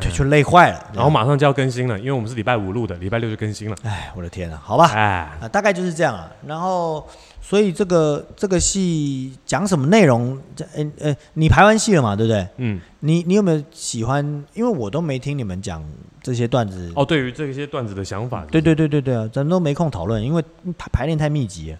Speaker 2: 就就累坏了。
Speaker 1: 然后马上就要更新了，因为我们是礼拜五录的，礼拜六就更新了。
Speaker 2: 哎，我的天啊，好吧，
Speaker 1: 哎，
Speaker 2: 啊，大概就是这样啊。然后，所以这个这个戏讲什么内容？这呃呃，你排完戏了嘛？对不对？
Speaker 1: 嗯，
Speaker 2: 你你有没有喜欢？因为我都没听你们讲这些段子。
Speaker 1: 哦，对于这些段子的想法，
Speaker 2: 对对对对对啊，咱们都没空讨论，因为排排练太密集了。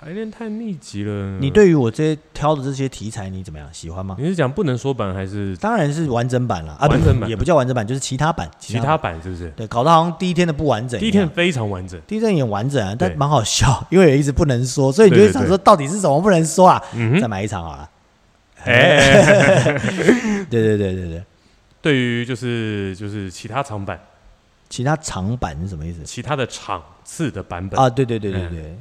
Speaker 1: 排练太密集了。
Speaker 2: 你对于我这些挑的这些题材，你怎么样？喜欢吗？
Speaker 1: 你是讲不能说版还是
Speaker 2: 当然是完整版了啊，不
Speaker 1: 完整版
Speaker 2: 也不叫完整版，就是其他版。
Speaker 1: 其他版是不是？
Speaker 2: 对，搞得好像第一天的不完整一样。
Speaker 1: 第一天非常完整，
Speaker 2: 第一天也完整啊，但
Speaker 1: 对
Speaker 2: 蛮好笑，因为有一直不能说，所以你就
Speaker 1: 对
Speaker 2: 会
Speaker 1: 对
Speaker 2: 想
Speaker 1: 对
Speaker 2: 说到底是什么不能说啊？
Speaker 1: 嗯哼
Speaker 2: 再买一场好了。
Speaker 1: 哎， <laughs>
Speaker 2: 对对对对对，
Speaker 1: 对于就是就是其他长板，
Speaker 2: 其他长版是什么意思？
Speaker 1: 其他的场次的版本。
Speaker 2: 啊，对对对对
Speaker 1: 嗯
Speaker 2: 对。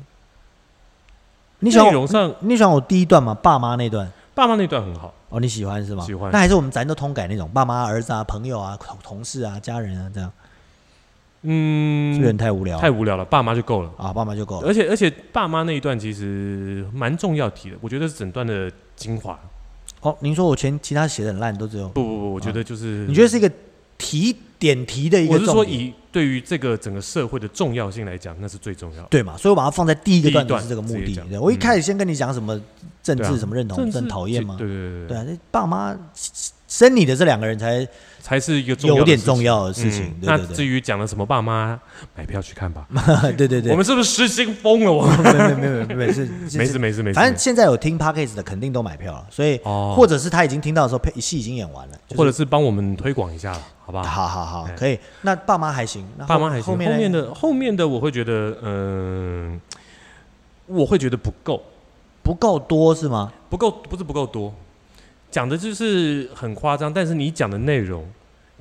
Speaker 2: 你喜欢
Speaker 1: 内
Speaker 2: 我
Speaker 1: 容上，
Speaker 2: 你喜欢我第一段吗？爸妈那段
Speaker 1: 爸妈那段很好，
Speaker 2: 哦，你喜欢是吗？
Speaker 1: 喜欢
Speaker 2: 那还是我们咱都通改那种，爸妈、儿子啊、朋友啊、同同事啊、家人啊这样，是不是有
Speaker 1: 嗯，
Speaker 2: 点太无聊？
Speaker 1: 太无聊了，呃爸妈就够了。
Speaker 2: 啊，爸妈就够了。
Speaker 1: 而且而且爸妈那一段其实蛮重要提的，我觉得是整段的精华。
Speaker 2: 哦，您说我全其他写的很烂，都只有
Speaker 1: 不不不，我觉得就是、
Speaker 2: 啊你觉得是一个题点题的一
Speaker 1: 我
Speaker 2: 个
Speaker 1: 是
Speaker 2: 重
Speaker 1: 说
Speaker 2: 点，
Speaker 1: 以对于这个整个社会的重要性来讲，那是最重要的。
Speaker 2: 对嘛？所以我把它放在第一
Speaker 1: 第
Speaker 2: 个
Speaker 1: 一
Speaker 2: 段就
Speaker 1: 段
Speaker 2: 是这个目
Speaker 1: 直接
Speaker 2: 的。
Speaker 1: 讲
Speaker 2: 对我一
Speaker 1: 嗯
Speaker 2: 开始先跟你讲什么政
Speaker 1: 对
Speaker 2: 治
Speaker 1: 啊
Speaker 2: 什么认同，
Speaker 1: 政
Speaker 2: 不是
Speaker 1: 治
Speaker 2: 很讨厌吗？
Speaker 1: 对对对
Speaker 2: 对
Speaker 1: 对，
Speaker 2: 啊，这爸妈生你的这两个人才
Speaker 1: 才是一个重要的
Speaker 2: 有点
Speaker 1: 事情
Speaker 2: 重要的事情
Speaker 1: 嗯，
Speaker 2: 对
Speaker 1: 那
Speaker 2: 对
Speaker 1: 至于讲了什么爸妈，买票去看吧。
Speaker 2: 对， <laughs> 对对对，
Speaker 1: 我们是不是失心疯了？我们
Speaker 2: 没有没 <laughs> 有没有没有没有是是
Speaker 1: 没事没事没事，
Speaker 2: 反正现在有听 podcast 的肯定都买票了，所以
Speaker 1: 哦，
Speaker 2: 或者是他已经听到的时候，配戏已经演完了，就是
Speaker 1: 或者是帮我们推广一下了，好不好？
Speaker 2: 好好好
Speaker 1: 哎
Speaker 2: 可以。那爸妈还行，那后
Speaker 1: 爸妈还行，
Speaker 2: 后
Speaker 1: 后
Speaker 2: 面呢
Speaker 1: 的后面的我会觉得，嗯、我会觉得不够，
Speaker 2: 不够多是吗？
Speaker 1: 不够不是不够多，讲的就是很夸张，但是你讲的内容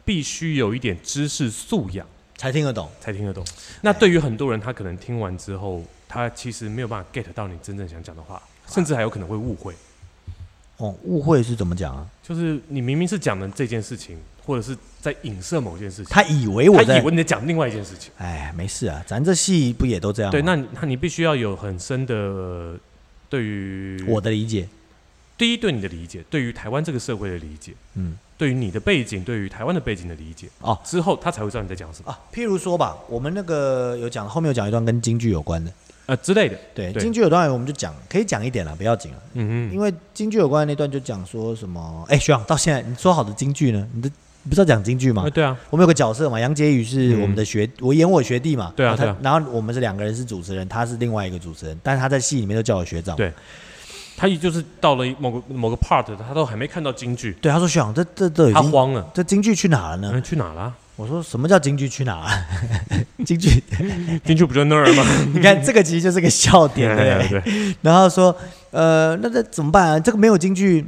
Speaker 1: 必须有一点知识素养
Speaker 2: 才听得懂
Speaker 1: 才听得懂。那对于很多人，他可能听完之后，他其实没有办法 get 到你真正想讲的话，甚至还有可能会误会。
Speaker 2: 哦。误会是怎么讲啊？
Speaker 1: 就是你明明是讲的这件事情，或者是在影射某件事情，
Speaker 2: 他以为我
Speaker 1: 他以
Speaker 2: 在，
Speaker 1: 为你在讲另外一件事情。
Speaker 2: 哎，没事啊，咱这戏不也都这样吗？
Speaker 1: 对，那你那你必须要有很深的呃对于
Speaker 2: 我的理解，
Speaker 1: 第一对你的理解，对于台湾这个社会的理解，
Speaker 2: 嗯
Speaker 1: 对于你的背景，对于台湾的背景的理解
Speaker 2: 哦
Speaker 1: 之后他才会知道你在讲什么
Speaker 2: 啊，譬如说吧，我们那个有讲后面有讲一段跟京剧有关的，
Speaker 1: 呃之类的。
Speaker 2: 对，
Speaker 1: 对
Speaker 2: 京剧有段我们就讲，可以讲一点了，不要紧了。
Speaker 1: 嗯嗯，
Speaker 2: 因为京剧有关的那段就讲说什么？哎，学长，到现在你说好的京剧呢？你的你不是要讲京剧吗
Speaker 1: 啊？对啊，
Speaker 2: 我们有个角色嘛，杨洁宇是
Speaker 1: 嗯
Speaker 2: 我们的学，我演我学弟嘛。
Speaker 1: 对啊
Speaker 2: 然后他
Speaker 1: 对啊
Speaker 2: 然后我们是两个人是主持人，他是另外一个主持人，但是他在戏里面都叫我学长。
Speaker 1: 对他也就是到了某个某个 part，他都还没看到京剧，
Speaker 2: 对，他说学长，这这这已
Speaker 1: 他
Speaker 2: 经
Speaker 1: 慌了，
Speaker 2: 这京剧去哪了呢？
Speaker 1: 嗯，去哪了啊？
Speaker 2: 我说什么叫京剧去哪了？京剧， <laughs>
Speaker 1: 京剧不就那儿吗？
Speaker 2: 你看这个其实就是个笑点， <laughs> 欸对不对？
Speaker 1: <laughs> 对，会
Speaker 2: 然后说，呃，那这怎么办啊？这个没有京剧，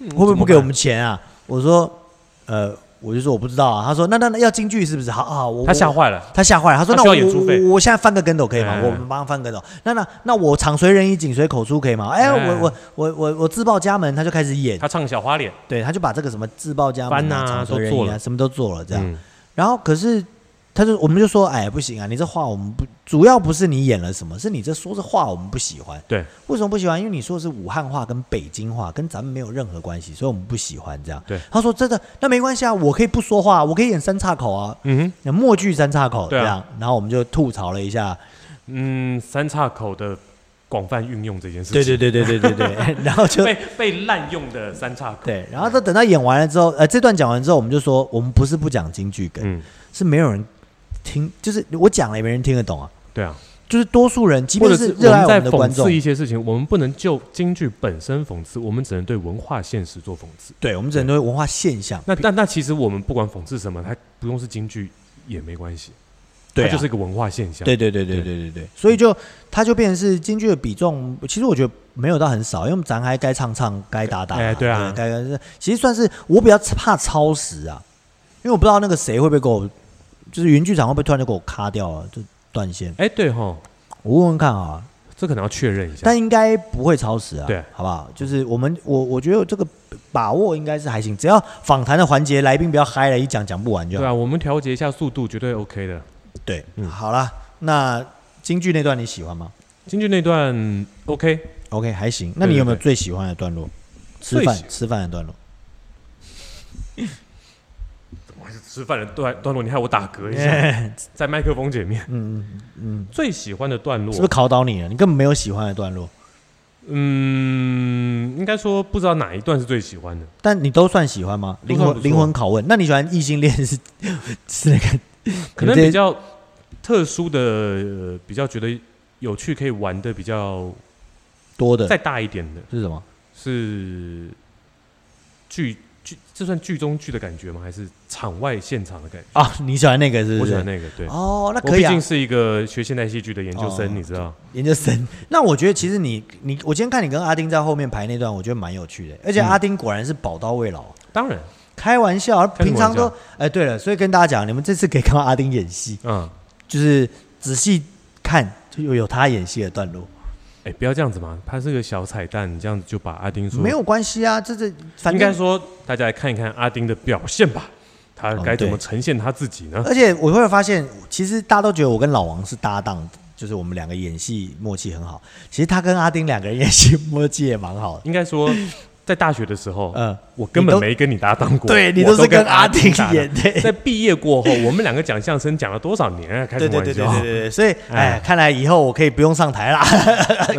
Speaker 2: 会不会不给我们？钱啊？我说，呃，我就说我不知道啊。他说，那那那要京剧是不是？好好，我
Speaker 1: 他吓
Speaker 2: 我
Speaker 1: 坏了，
Speaker 2: 他吓坏了，他说：“
Speaker 1: 他
Speaker 2: 那
Speaker 1: 需
Speaker 2: 我
Speaker 1: 要演出费
Speaker 2: 我我现在翻个跟斗可以吗？
Speaker 1: 哎
Speaker 2: 我们帮他翻跟斗。那那那我场随人意，景随口出可以吗？哎，
Speaker 1: 哎
Speaker 2: 我我我我我自报家门，他就开始演，
Speaker 1: 他唱小花脸，
Speaker 2: 对，他就把这个什么自报家门
Speaker 1: 翻啊
Speaker 2: 场随
Speaker 1: 都
Speaker 2: 人意
Speaker 1: 做
Speaker 2: 啊，
Speaker 1: 了
Speaker 2: 什么都做了这样。
Speaker 1: 嗯
Speaker 2: 然后可是他就我们就说，哎，不行啊，你这话我们不主要不是你演了什么，是你这说这话我们不喜欢。
Speaker 1: 对
Speaker 2: 为什么不喜欢？因为你说的是武汉话跟北京话，跟咱们没有任何关系，所以我们不喜欢这样。
Speaker 1: 对，
Speaker 2: 他说真的，那没关系啊，我可以不说话，我可以演三岔口啊，
Speaker 1: 嗯
Speaker 2: 那默剧三岔口这
Speaker 1: 对啊
Speaker 2: 样。然后我们就吐槽了一下，
Speaker 1: 哼嗯，三岔口的广泛运用这件事情，
Speaker 2: 对对对对对对对，
Speaker 1: <laughs>
Speaker 2: 然后就
Speaker 1: 被被滥用的三岔口，
Speaker 2: 对，然后他等到演完了之后，呃，这段讲完之后，我们就说我们不是不讲京剧梗，
Speaker 1: 嗯，
Speaker 2: 是没有人听，就是我讲了也没人听得懂啊，
Speaker 1: 对啊，
Speaker 2: 就是多数人，即
Speaker 1: 或
Speaker 2: 便
Speaker 1: 者是
Speaker 2: 热
Speaker 1: 我
Speaker 2: 爱
Speaker 1: 们
Speaker 2: 我
Speaker 1: 在
Speaker 2: 们的观
Speaker 1: 讽
Speaker 2: 众
Speaker 1: 刺，一些事情，我们不能就京剧本身讽刺，我们只能对文化现实做讽刺。
Speaker 2: 对我们只能对文化现象，
Speaker 1: 那但那其实我们不管讽刺什么，它不用是京剧也没关系，
Speaker 2: 对啊
Speaker 1: 它就是一个文化现象。
Speaker 2: 对对对对对对对，所以就它就变成是京剧的比重，其实我觉得没有到很少，因为我们咱还该唱唱，该打打，
Speaker 1: 哎对啊
Speaker 2: 该该其实算是我比较怕超时啊，因为我不知道那个谁会不会给我，就是云剧场会不会突然就给我卡掉了，就断线，
Speaker 1: 哎，对哈，
Speaker 2: 我问问看啊，
Speaker 1: 这可能要确认一下。
Speaker 2: 但应该不会超时啊，
Speaker 1: 对，
Speaker 2: 好不好？就是我们我我觉得这个把握应该是还行，只要访谈的环节来宾不要嗨了，一讲讲不完就
Speaker 1: 对
Speaker 2: 好，
Speaker 1: 啊，我们调节一下速度，绝对 OK 的。
Speaker 2: 对，
Speaker 1: 嗯
Speaker 2: 好啦，那京剧那段你喜欢吗？
Speaker 1: 京剧那段 OK，
Speaker 2: OK，还行。那你有没有最喜欢的段落？吃
Speaker 1: 最
Speaker 2: 饭
Speaker 1: 喜
Speaker 2: 吃饭
Speaker 1: <laughs>
Speaker 2: 的段落，
Speaker 1: 吃饭的段段落，你害我打嗝一下，在麦克风前面。
Speaker 2: 哎嗯嗯
Speaker 1: 最喜欢的段
Speaker 2: 嗯，
Speaker 1: 落
Speaker 2: 是不是考倒你了？你根本没有喜欢的段落，
Speaker 1: 嗯，应该说不知道哪一段是最喜欢的。
Speaker 2: 但你都算喜欢吗？
Speaker 1: 都
Speaker 2: 灵
Speaker 1: 算
Speaker 2: 魂
Speaker 1: 不错
Speaker 2: 灵魂拷问，那你喜欢异性恋 <laughs> 是是那个？
Speaker 1: 可能比较特殊的，呃比较觉得有趣，可以玩的比较
Speaker 2: 多的
Speaker 1: 再大一点的
Speaker 2: 是什么？
Speaker 1: 是剧剧，这算剧中剧的感觉吗？还是场外现场的感觉？
Speaker 2: 啊，你喜欢那个是不
Speaker 1: 我喜
Speaker 2: 是？
Speaker 1: 欢那个，对。
Speaker 2: 哦，那
Speaker 1: 我
Speaker 2: 可
Speaker 1: 毕
Speaker 2: 以啊
Speaker 1: 竟，是一个学现代戏剧的研究生，
Speaker 2: 哦
Speaker 1: 你知道？
Speaker 2: 研究生。那我觉得其实你你，
Speaker 1: 嗯
Speaker 2: 我今天看你跟阿丁在后面排那段，我觉得蛮有趣的，而且阿丁果然是宝刀未老。
Speaker 1: 当然，
Speaker 2: 开玩笑，而
Speaker 1: 开什么
Speaker 2: 平常都
Speaker 1: 玩
Speaker 2: 哎，对了，所以跟大家讲，你们这次可以看到阿丁演戏，
Speaker 1: 嗯，
Speaker 2: 就是仔细看就有有他演戏的段落，
Speaker 1: 哎，不要这样子嘛，它是个小彩蛋，你这样子就把阿丁说
Speaker 2: 没，有关系啊，这这反
Speaker 1: 应该
Speaker 2: 正。
Speaker 1: 说大家来看一看阿丁的表现吧，他
Speaker 2: 哦
Speaker 1: 该怎么
Speaker 2: 对
Speaker 1: 呈现他自己呢？
Speaker 2: 而且我会发现，其实大家都觉得我跟老王是搭档，就是我们两个演戏默契很好。其实他跟阿丁两个人演戏默契也蛮好的。
Speaker 1: 应该
Speaker 2: <laughs>
Speaker 1: 说，在大学的时候，
Speaker 2: 嗯，
Speaker 1: 我根本
Speaker 2: 你都
Speaker 1: 没跟你搭档过，
Speaker 2: 对你
Speaker 1: 我
Speaker 2: 都
Speaker 1: 都
Speaker 2: 是跟阿
Speaker 1: 阿
Speaker 2: 丁
Speaker 1: 搭档
Speaker 2: 演的。
Speaker 1: 在毕业过后，我们两个讲相声讲了多少年啊？开什
Speaker 2: 对
Speaker 1: 么玩
Speaker 2: 对对对
Speaker 1: 笑
Speaker 2: 对？对对，所以哎
Speaker 1: 哎，
Speaker 2: 看来以后我可以不用上台啦，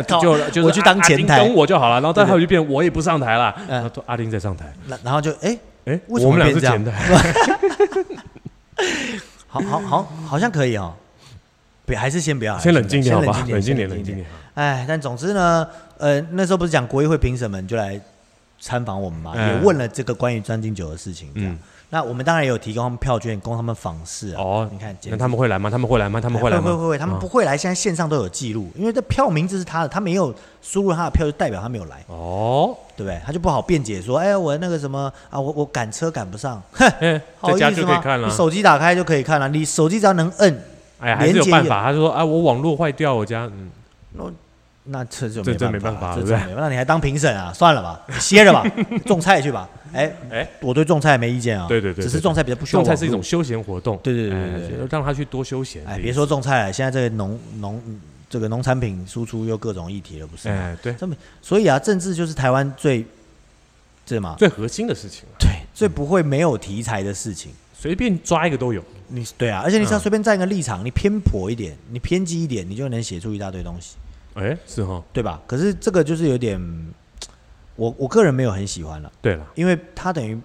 Speaker 2: 靠
Speaker 1: <laughs> 就就是
Speaker 2: 我去当
Speaker 1: 阿
Speaker 2: 前台
Speaker 1: 丁，等我就好了，然后再后来就变我也不上台了，然
Speaker 2: 嗯
Speaker 1: 后阿丁在上台，
Speaker 2: 然然后就哎，
Speaker 1: 哎，
Speaker 2: 为什么
Speaker 1: 我们俩
Speaker 2: 变
Speaker 1: 是
Speaker 2: 这样
Speaker 1: 前
Speaker 2: <laughs>
Speaker 1: 台，
Speaker 2: 好好好，好像可以哦。别还是先不要，
Speaker 1: 先冷静一点好吧，
Speaker 2: 冷
Speaker 1: 冷静
Speaker 2: 静
Speaker 1: 点，
Speaker 2: 点，先
Speaker 1: 冷静
Speaker 2: 点。
Speaker 1: 点。
Speaker 2: 哎，但总之呢，呃，那时候不是讲国议会评审们就来参访我们嘛，
Speaker 1: 嗯
Speaker 2: 也问了这个关于专金酒的事情，这样。
Speaker 1: 嗯
Speaker 2: 那我们当然也有提供他们票券，供他们访视啊。
Speaker 1: 哦，
Speaker 2: 你看，简
Speaker 1: 那
Speaker 2: 直
Speaker 1: 他们会来吗？他们会来吗？他们会来
Speaker 2: 会
Speaker 1: 吗？
Speaker 2: 会会，他们
Speaker 1: 啊
Speaker 2: 不会来，现在线上都有记录，因为这票名字是他的，他没有输入他的票，就代表他没有来，
Speaker 1: 哦，
Speaker 2: 对不对？他就不好辩解说，哎，我那个什么啊，我我赶车赶不上，
Speaker 1: 哎，
Speaker 2: 好
Speaker 1: 在
Speaker 2: 意
Speaker 1: 家
Speaker 2: 思
Speaker 1: 就可以
Speaker 2: 吗？
Speaker 1: 看了
Speaker 2: 你。手机打开就可以看了，你手机只要能摁，
Speaker 1: 哎，还是有办法。他说，哎，我网络坏掉，我家，嗯，
Speaker 2: 那那这就
Speaker 1: 这这
Speaker 2: 没
Speaker 1: 没
Speaker 2: 办
Speaker 1: 办
Speaker 2: 法
Speaker 1: 法
Speaker 2: 了，这
Speaker 1: 对不
Speaker 2: 这没办法，那你还当评审啊？算了吧，你歇着吧， <laughs> 种菜去吧。哎
Speaker 1: 哎，
Speaker 2: 我对种菜没意见啊，
Speaker 1: 对对对
Speaker 2: 只是种菜比较不需要
Speaker 1: 种
Speaker 2: 网络。
Speaker 1: 菜是一种休闲活动，
Speaker 2: 对对对对
Speaker 1: 哎
Speaker 2: 对
Speaker 1: 就让他去多休闲。
Speaker 2: 哎，别，说种菜了，现在这个农农这个农产品输出又各种议题了，不是吗？
Speaker 1: 哎，对，
Speaker 2: 这么所以啊，政治就是台湾最这嘛，
Speaker 1: 最核心的事情了，
Speaker 2: 对最不会没有题材的事情。
Speaker 1: 随便抓一个都有。
Speaker 2: 你对啊，而且你只要
Speaker 1: 嗯
Speaker 2: 随便站一个立场，你偏颇一点，你偏激一点，你就能写出一大堆东西。
Speaker 1: 哎，是哈，
Speaker 2: 对吧？可是这个就是有点，我我个人没有很喜欢了，
Speaker 1: 对了。
Speaker 2: 因为他等于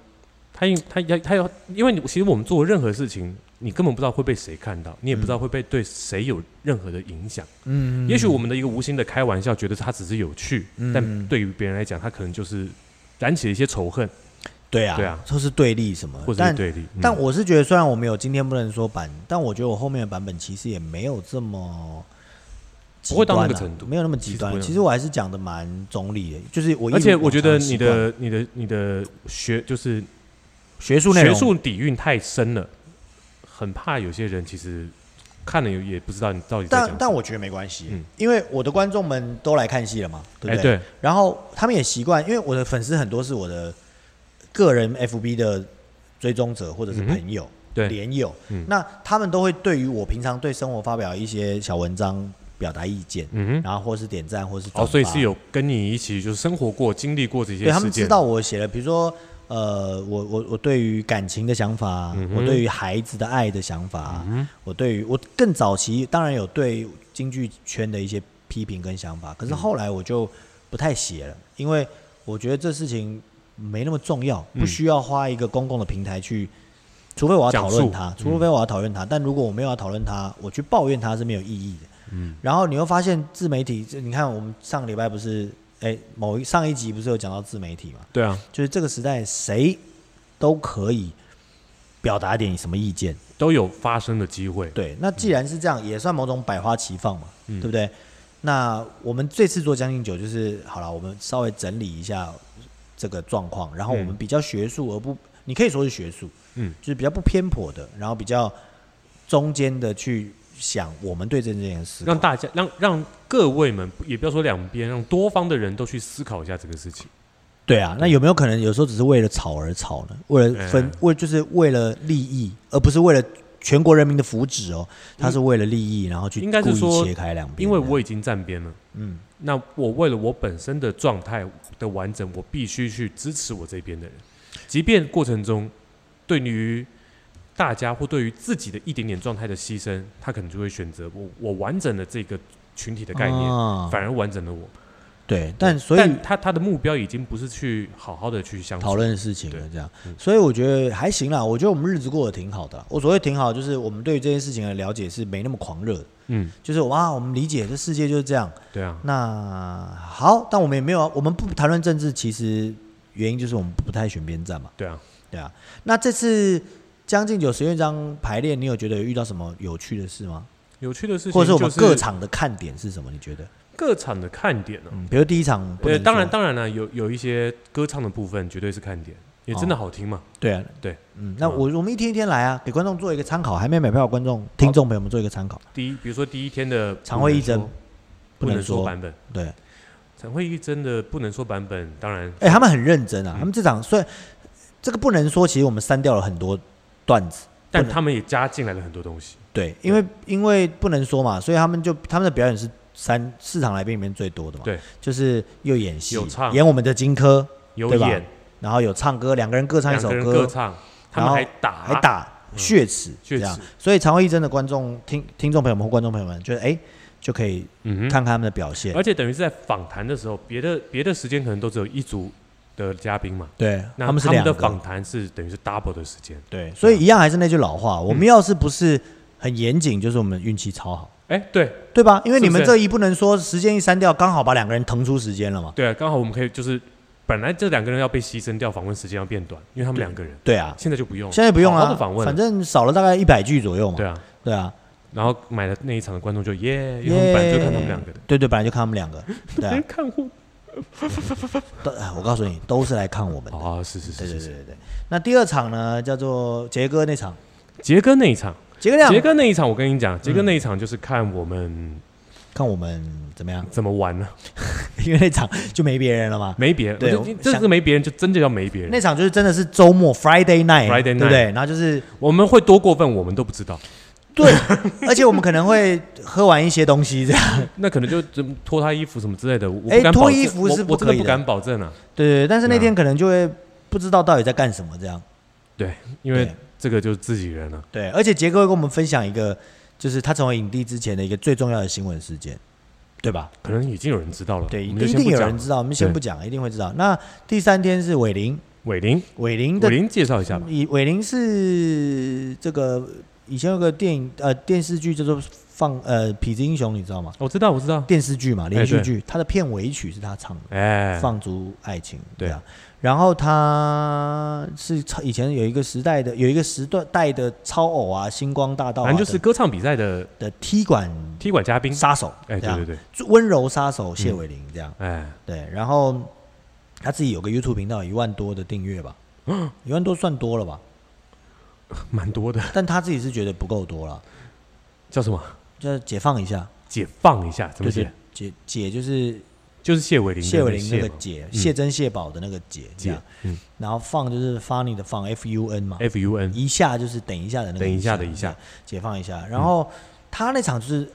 Speaker 1: 他应他要他要，因为你其实我们做任何事情，你根本不知道会被谁看到，你也不知道会被对谁有任何的影响。
Speaker 2: 嗯，
Speaker 1: 也许我们的一个无心的开玩笑，觉得它只是有趣，但对于别人来讲，他可能就是燃起了一些仇恨
Speaker 2: 对啊，
Speaker 1: 对啊
Speaker 2: 都是对立什么的，
Speaker 1: 或者
Speaker 2: 但
Speaker 1: 是对立。嗯
Speaker 2: 但我是觉得，虽然我们有今天不能说版，但我觉得我后面的版本其实也没有这么、极
Speaker 1: 不会到
Speaker 2: 端
Speaker 1: 那个
Speaker 2: 啊
Speaker 1: 程度
Speaker 2: 没有那么极
Speaker 1: 其实
Speaker 2: 端
Speaker 1: 不。会
Speaker 2: 其
Speaker 1: 那
Speaker 2: 实我还是讲的蛮中立的，就是我一如
Speaker 1: 而且我
Speaker 2: 往
Speaker 1: 觉
Speaker 2: 常
Speaker 1: 得
Speaker 2: 习
Speaker 1: 你
Speaker 2: 惯
Speaker 1: 的你的你的学就是
Speaker 2: 学术内
Speaker 1: 学
Speaker 2: 容，
Speaker 1: 术底蕴太深了，很怕有些人其实看了也也不知道你到底在
Speaker 2: 但
Speaker 1: 讲。
Speaker 2: 但我觉得没关系，
Speaker 1: 嗯
Speaker 2: 因为我的观众们都来看戏了嘛，对
Speaker 1: 哎
Speaker 2: 不对？
Speaker 1: 对，
Speaker 2: 然后他们也习惯，因为我的粉丝很多是我的个人 FB 的追踪者或者是
Speaker 1: 嗯哼
Speaker 2: 朋友、
Speaker 1: 对
Speaker 2: 连友，
Speaker 1: 嗯
Speaker 2: 那他们都会对于我平常对生活发表一些小文章表达意见，
Speaker 1: 嗯哼，
Speaker 2: 然后或是点赞或是转
Speaker 1: 哦，所以是
Speaker 2: 发
Speaker 1: 有跟你一起就是生活过、经历过这些
Speaker 2: 对他
Speaker 1: 事
Speaker 2: 们知
Speaker 1: 件。
Speaker 2: 道我写了，比如说呃，我我我对于感情的想法，
Speaker 1: 嗯哼嗯
Speaker 2: 我对于孩子的爱的想法，我对于我更早期当然有对京剧圈的一些批评跟想
Speaker 1: 嗯
Speaker 2: 法，可是后来我就不太写了，因为我觉得这事情没那么重要，不
Speaker 1: 嗯
Speaker 2: 需要花一个公共的平台去。除非我要讨
Speaker 1: 讲
Speaker 2: 论
Speaker 1: 述嗯
Speaker 2: 它，除非我要讨论它，但如果我没有要讨论它，我去抱怨它是没有意义的。
Speaker 1: 嗯
Speaker 2: 然后你会发现自媒体，这你看我们上个礼拜不是，哎，某一上一集不是有讲到自媒体嘛？
Speaker 1: 对啊，
Speaker 2: 就是这个时代谁都可以表达点什么意见。
Speaker 1: 都有发生的机会。
Speaker 2: 对，那既然是这样，也算某种百花齐放嘛，
Speaker 1: 嗯
Speaker 2: 对不对？那我们这次做《将进酒》就是好了，我们稍微整理一下这个状况，然后我们
Speaker 1: 嗯
Speaker 2: 比较学术而不，你可以说是学术，
Speaker 1: 嗯，
Speaker 2: 就是比较不偏颇的，然后比较中间的去想我们对这件事。
Speaker 1: 让大家让让各位们，也不要说两边，让多方的人都去思考一下这个事情。
Speaker 2: 对啊，那有没有可能有时候只是为了吵而吵呢？为了分，
Speaker 1: 嗯
Speaker 2: 为就是为了利益，而不是为了全国人民的福祉哦，他是为了利益，然后去
Speaker 1: 嗯应该
Speaker 2: 故
Speaker 1: 是
Speaker 2: 意
Speaker 1: 说
Speaker 2: 切开两边的。
Speaker 1: 因为我已经站边了，
Speaker 2: 嗯，
Speaker 1: 那我为了我本身的状态的完整，我必须去支持我这边的人，即便过程中对于大家或对于自己的一点点状态的牺牲，他可能就会选择我我完整的这个群体的概念，
Speaker 2: 啊
Speaker 1: 反而完整了我。
Speaker 2: 对，但所以
Speaker 1: 但他他的目标已经不是去好好的去相处
Speaker 2: 讨论的事情了
Speaker 1: 对
Speaker 2: 这样
Speaker 1: 嗯，
Speaker 2: 所以我觉得还行啦。我觉得我们日子过得挺好的啦。我所谓挺好，就是我们对于这件事情的了解是没那么狂热的，
Speaker 1: 嗯，
Speaker 2: 就是哇，我们理解这世界就是这样。
Speaker 1: 对啊，
Speaker 2: 那好，但我们也没有，啊我们不谈论政治，其实原因就是我们不太选边站嘛。
Speaker 1: 对啊，
Speaker 2: 对啊，那这次《将进酒》十乐章排练，你有觉得有遇到什么有趣的事吗？
Speaker 1: 有趣的事情
Speaker 2: 或者是我们
Speaker 1: 就
Speaker 2: 各场的看点是什么？你觉得？
Speaker 1: 各场的看点呢、啊
Speaker 2: 嗯，比如第一场不
Speaker 1: 呃，
Speaker 2: 能说
Speaker 1: 当然，当然了，有有一些歌唱的部分绝对是看点，因也
Speaker 2: 哦
Speaker 1: 真的好听嘛。
Speaker 2: 对啊，
Speaker 1: 对，
Speaker 2: 嗯，那我我们一天一天来啊，给观众做一个参考，还没买票的观众、听众朋友们做一个参考。
Speaker 1: 第一，比如说第一天的
Speaker 2: 常会一针
Speaker 1: 不能
Speaker 2: 能
Speaker 1: 说
Speaker 2: 说
Speaker 1: 版本，
Speaker 2: 对，
Speaker 1: 常会一针的不能说版本，当然
Speaker 2: 哎、他们很认真啊，
Speaker 1: 嗯
Speaker 2: 他们这场虽然这个不能说，其实我们删掉了很多段子。
Speaker 1: 但
Speaker 2: 不能
Speaker 1: 他们也加进来了很多东西。
Speaker 2: 对，因为因为不能说嘛，所以他们就他们的表演是三市场来宾里面最多的嘛。
Speaker 1: 对，
Speaker 2: 就是又演戏，
Speaker 1: 有唱
Speaker 2: 演我们的荆轲，
Speaker 1: 有
Speaker 2: 对吧
Speaker 1: 演，
Speaker 2: 然后有唱歌，两个人各唱一
Speaker 1: 两
Speaker 2: 首
Speaker 1: 个人
Speaker 2: 歌，
Speaker 1: 各唱，他们
Speaker 2: 然后
Speaker 1: 还打
Speaker 2: 还打血池，
Speaker 1: 血
Speaker 2: 这
Speaker 1: 池
Speaker 2: 样。所以常会义真的观众听听众朋友们或观众朋友们，觉得哎、就可以
Speaker 1: 嗯哼，
Speaker 2: 看看他们的表现。
Speaker 1: 而且等于是在访谈的时候，别的别的时间可能都只有一组的嘉宾嘛，
Speaker 2: 对，
Speaker 1: 那
Speaker 2: 们是
Speaker 1: 他们
Speaker 2: 两
Speaker 1: 的啊
Speaker 2: 个
Speaker 1: 访。谈是等于是 double 的时间。
Speaker 2: 对，嗯所以一样还是那句老话，我们要是不是很严谨，就是我们运气超好，
Speaker 1: 哎，对
Speaker 2: 对吧？因为你们
Speaker 1: 是不
Speaker 2: 这一不能说时间一删掉，刚好把两个人腾出时间了嘛。
Speaker 1: 对啊，刚好我们可以就是，本来这两个人要被牺牲掉，访问时间要变短，因为他们两个人
Speaker 2: 对啊，
Speaker 1: 现在就不用了，
Speaker 2: 现在不用
Speaker 1: 好好
Speaker 2: 了
Speaker 1: 的访，问了，
Speaker 2: 反正少了大概一百句左右嘛。
Speaker 1: 对啊，
Speaker 2: 对啊，
Speaker 1: 然后买了那一场的观众就耶，因为他们本来就看他们两个的，
Speaker 2: 对对，本来就看他们
Speaker 1: <laughs>
Speaker 2: 两个，对啊
Speaker 1: 人，看互
Speaker 2: 都哎我告诉你，都是来看我们的。
Speaker 1: 啊，是是
Speaker 2: 对
Speaker 1: 是是
Speaker 2: 对对
Speaker 1: 是，
Speaker 2: 对对。那第二场呢，叫做杰哥那场，
Speaker 1: 杰哥那一场，
Speaker 2: 杰哥那
Speaker 1: 杰
Speaker 2: 场
Speaker 1: 哥那一场，我跟你讲，
Speaker 2: 嗯
Speaker 1: 杰哥那一场就是看我们
Speaker 2: 看我们怎么样， <laughs>
Speaker 1: 怎么玩呢，
Speaker 2: 因为那场就没别人了嘛。
Speaker 1: 没别人，
Speaker 2: 对
Speaker 1: 我就
Speaker 2: 我
Speaker 1: 这
Speaker 2: 想
Speaker 1: 个没别人，就真的叫没别人，
Speaker 2: 那场就是真的是周末 Friday night，
Speaker 1: Friday
Speaker 2: 对不对？然后就是 <laughs>
Speaker 1: 我们会多过分，我们都不知道，
Speaker 2: 对，而且我们可能会喝完一些东
Speaker 1: <laughs>
Speaker 2: 西，这样。
Speaker 1: 那可能就就脱他衣服什么之类的，我不
Speaker 2: 哎
Speaker 1: 敢
Speaker 2: 脱
Speaker 1: 保证
Speaker 2: 衣服是
Speaker 1: 我
Speaker 2: 不
Speaker 1: 我真的
Speaker 2: 可以
Speaker 1: 不
Speaker 2: 的
Speaker 1: 敢保证啊，
Speaker 2: 对对对，但是那天可能就会不知道到底在干什么，这样。
Speaker 1: 对，因为
Speaker 2: 对
Speaker 1: 这个就是自己人了，
Speaker 2: 对，而且杰哥会跟我们分享一个，就是他成为影帝之前的一个最重要的新闻事件，对吧？
Speaker 1: 可能已经有人知道了，
Speaker 2: 对，
Speaker 1: 我
Speaker 2: 一
Speaker 1: 们就先
Speaker 2: 定
Speaker 1: 不
Speaker 2: 有
Speaker 1: 讲
Speaker 2: 人
Speaker 1: 了。
Speaker 2: 知道，我们先
Speaker 1: 对
Speaker 2: 不讲，一定会知道。那第三天是伟林，
Speaker 1: 伟林，
Speaker 2: 伟林
Speaker 1: 伟
Speaker 2: 的嗯
Speaker 1: 林介绍一下吧。
Speaker 2: 以伟林是这个以前有个电影呃电视剧叫做放呃痞子英雄，你知道吗？
Speaker 1: 哦我知道，我知道。
Speaker 2: 电视剧嘛，连续
Speaker 1: 哎对
Speaker 2: 剧，它的片尾曲是他唱的。
Speaker 1: 哎，
Speaker 2: 放逐爱情，
Speaker 1: 对
Speaker 2: 啊。然后他是超以前有一个时代的有一个时段代的超偶啊，星光大道、啊，
Speaker 1: 反正就是歌唱比赛的
Speaker 2: 的的踢馆
Speaker 1: 踢馆嘉宾。
Speaker 2: 杀手，
Speaker 1: 哎，
Speaker 2: 这
Speaker 1: 对
Speaker 2: 样
Speaker 1: 对对，
Speaker 2: 最温柔杀手谢伟玲这样，
Speaker 1: 哎， <laughs>
Speaker 2: 对。然后他自己有个 YouTube 频道，一万多的订阅吧，
Speaker 1: 嗯
Speaker 2: 一万多算多了吧？
Speaker 1: 蛮多的。
Speaker 2: 但他自己是觉得不够多了，
Speaker 1: 叫什么？
Speaker 2: 就解放一下，
Speaker 1: 解放一下，怎么
Speaker 2: 就是
Speaker 1: 解？
Speaker 2: 解解就是
Speaker 1: 就是谢伟林的
Speaker 2: 谢伟玲那
Speaker 1: 谢
Speaker 2: 个
Speaker 1: 嘛
Speaker 2: 解，
Speaker 1: 嗯
Speaker 2: 谢珍谢宝的那个解，这
Speaker 1: 解
Speaker 2: 样。，
Speaker 1: 嗯
Speaker 2: 然后放就是发你的放 F U N 嘛，
Speaker 1: ，F U N，
Speaker 2: 一下就是等一下的那个，
Speaker 1: 等一下的一下，
Speaker 2: 解放一下。然后他那场就是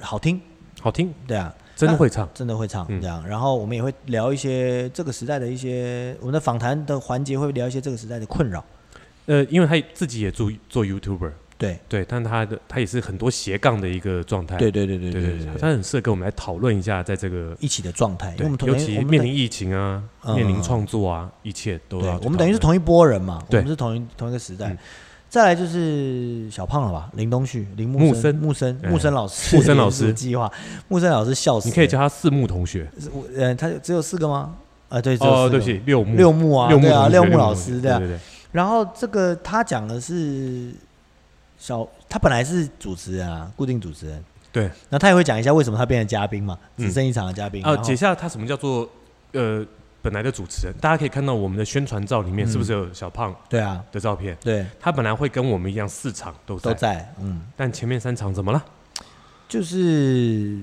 Speaker 2: 呃好听，
Speaker 1: 好听，
Speaker 2: 对啊，
Speaker 1: 真的会唱。
Speaker 2: 真的会唱
Speaker 1: 嗯
Speaker 2: 这样。然后我们也会聊一些这个时代的一些我们的访谈的环节，会聊一些这个时代的困扰。
Speaker 1: 呃，因为他自己也做做 YouTuber，
Speaker 2: 对，
Speaker 1: 对，但他的他也是很多斜杠的一个状态。
Speaker 2: 对对对对
Speaker 1: 哎对
Speaker 2: 对
Speaker 1: 对，他很适合跟我们来讨论一下，在这个
Speaker 2: 一起的状态，因为
Speaker 1: 对
Speaker 2: 我们，同
Speaker 1: 尤
Speaker 2: 等于
Speaker 1: 其
Speaker 2: 我们
Speaker 1: 面
Speaker 2: 等
Speaker 1: 临疫情啊，
Speaker 2: 嗯
Speaker 1: 面临创作啊，一切都
Speaker 2: 对
Speaker 1: 要。，
Speaker 2: 我们等于是，同一波人嘛，我
Speaker 1: 对
Speaker 2: 们是同一同一个时代
Speaker 1: 嗯。
Speaker 2: 再来就是小胖了吧，林东旭、林
Speaker 1: 木
Speaker 2: 木
Speaker 1: 森
Speaker 2: 木森、
Speaker 1: 哎
Speaker 2: 木森老师、
Speaker 1: 木森
Speaker 2: <laughs>
Speaker 1: 老师
Speaker 2: 计划，木森老师笑死了。
Speaker 1: 你可以叫他四木同学。
Speaker 2: 是我呃，他只有四个吗？啊，对，只有四个。
Speaker 1: 哦，对不起，六木，
Speaker 2: 六木啊，
Speaker 1: 六木
Speaker 2: 对啊，
Speaker 1: 同学
Speaker 2: 六木老
Speaker 1: 同学
Speaker 2: 师对啊
Speaker 1: 对。对。
Speaker 2: 然后这个他讲的是小，他本来是主持人啊，固定主持人。
Speaker 1: 对。
Speaker 2: 那他也会讲一下为什么他变成嘉宾嘛，
Speaker 1: 嗯
Speaker 2: 只剩一场的嘉宾。
Speaker 1: 啊，
Speaker 2: 然后
Speaker 1: 解下他什么叫做呃本来的主持人，大家可以看到我们的宣传照里面
Speaker 2: 嗯
Speaker 1: 是不是有小胖
Speaker 2: 对啊，
Speaker 1: 的照片？
Speaker 2: 对，
Speaker 1: 他本来会跟我们一样四场都在，啊
Speaker 2: 都在，嗯，
Speaker 1: 但前面三场怎么了？
Speaker 2: 就是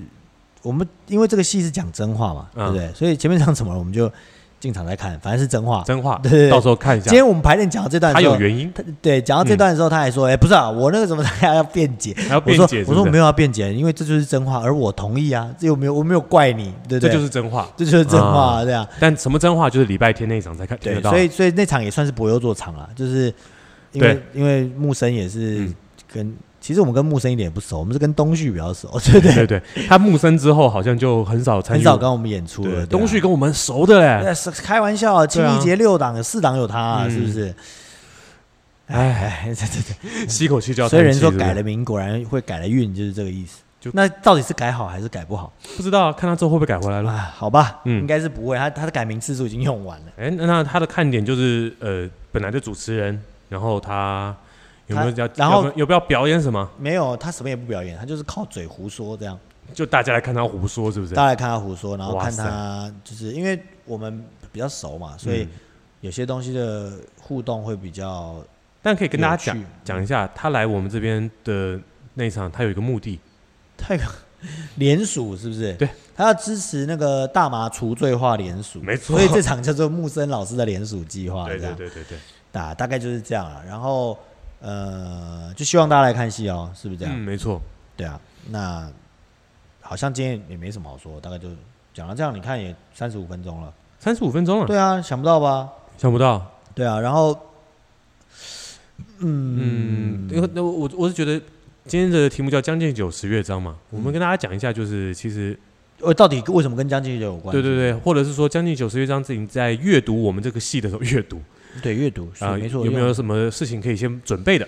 Speaker 2: 我们因为这个戏是讲真话嘛，
Speaker 1: 嗯
Speaker 2: 对不对？所以前面讲什么了，我们就进场来看，反正是真话。
Speaker 1: 真话，
Speaker 2: 对对对
Speaker 1: 到时候看一下
Speaker 2: 今，天我们排练讲到这段的
Speaker 1: 他
Speaker 2: 时候
Speaker 1: 有，原因，
Speaker 2: 他对讲到这段的时候，他还说：“哎，不是啊，我那个什么， <laughs> 大家要辩解。”
Speaker 1: 还要
Speaker 2: 我
Speaker 1: <laughs> 辩
Speaker 2: 说
Speaker 1: 解是
Speaker 2: 我
Speaker 1: 不是
Speaker 2: 说我没有要辩解，因为这就是真话，而我同意啊，这又没有我没有怪你，对不
Speaker 1: 这
Speaker 2: 对？
Speaker 1: 就是真话。
Speaker 2: <laughs> 这就是真话、啊，这样
Speaker 1: 但什么真话就是礼拜天那一场才看听
Speaker 2: 对，
Speaker 1: 得到，啊
Speaker 2: 所以所以那场也算是博优做场了，就是因为因为木森也是
Speaker 1: 嗯
Speaker 2: 跟、其实我们跟木森一点也不熟，我们是跟东旭比较熟，
Speaker 1: <laughs>
Speaker 2: 对不对？
Speaker 1: 对对，他木生之后好像就很少参
Speaker 2: 很
Speaker 1: 与，
Speaker 2: 少跟我们演出了，对
Speaker 1: 对
Speaker 2: 啊
Speaker 1: 东旭。跟我们熟的嘞，
Speaker 2: 那是开玩笑啊，
Speaker 1: 对
Speaker 2: 清
Speaker 1: 啊
Speaker 2: 一节六档有四档有他、啊，
Speaker 1: 嗯
Speaker 2: 是不是？
Speaker 1: 哎，
Speaker 2: 哎，这这这，
Speaker 1: 吸口气就要
Speaker 2: 所
Speaker 1: 叹
Speaker 2: 以
Speaker 1: 气。
Speaker 2: 人说
Speaker 1: 是不是
Speaker 2: 改了名，果然会改了运，就是这个意思
Speaker 1: 就。
Speaker 2: 那到底是改好还是改不好
Speaker 1: 不知道看他之后会不会改回来了。
Speaker 2: 啊？好吧，
Speaker 1: 嗯
Speaker 2: 应该是不会。他他的改名次数已经用完了。
Speaker 1: 哎，那那他的看点就是呃，本来的主持人，然后他有没有
Speaker 2: 他
Speaker 1: 要，
Speaker 2: 然后
Speaker 1: 有没有有没有表演什么？
Speaker 2: 没有，他什么也不表演，他就是靠嘴胡说这样。
Speaker 1: 就大家来看他胡说，是不是
Speaker 2: 大？家来看他胡说，然后
Speaker 1: 哇
Speaker 2: 看
Speaker 1: 塞
Speaker 2: 他就是因为我们比较熟嘛，所以
Speaker 1: 嗯
Speaker 2: 有些东西的互动会比较
Speaker 1: 但可以跟大家
Speaker 2: 有
Speaker 1: 讲
Speaker 2: 趣
Speaker 1: 讲一下，他来我们这边的那一场，他有一个目的，
Speaker 2: <laughs> 太联署是不是？
Speaker 1: 对，
Speaker 2: 他要支持那个大麻除罪化联署，
Speaker 1: 没错
Speaker 2: 所以这场叫做木森老师的联署计划，
Speaker 1: 对
Speaker 2: 啊这
Speaker 1: 对
Speaker 2: 样
Speaker 1: 对对对，
Speaker 2: 大大概就是这样了。然后呃，就希望大家来看戏哦，是不是这样？
Speaker 1: 嗯，没错，
Speaker 2: 对啊，那好像今天也没什么好说，大概就讲到这样。你看也三十五分钟了，
Speaker 1: 三十五分钟了，
Speaker 2: 对啊，想不到吧？
Speaker 1: 想不到，
Speaker 2: 对啊，然后
Speaker 1: 嗯，因为那我我我是觉得今天的题目叫《将进酒十乐章》嘛，我
Speaker 2: 嗯
Speaker 1: 们跟大家讲一下，就是其实
Speaker 2: 呃，到底为什么跟将进酒有关？
Speaker 1: 对对对，或者是说《将进酒十乐章》自己在阅读我们这个戏的时候阅读
Speaker 2: 对，阅读 <laughs> 是、
Speaker 1: 啊，
Speaker 2: 没错。
Speaker 1: 有没
Speaker 2: 因
Speaker 1: 有
Speaker 2: 为
Speaker 1: 什么事情可以先准备的？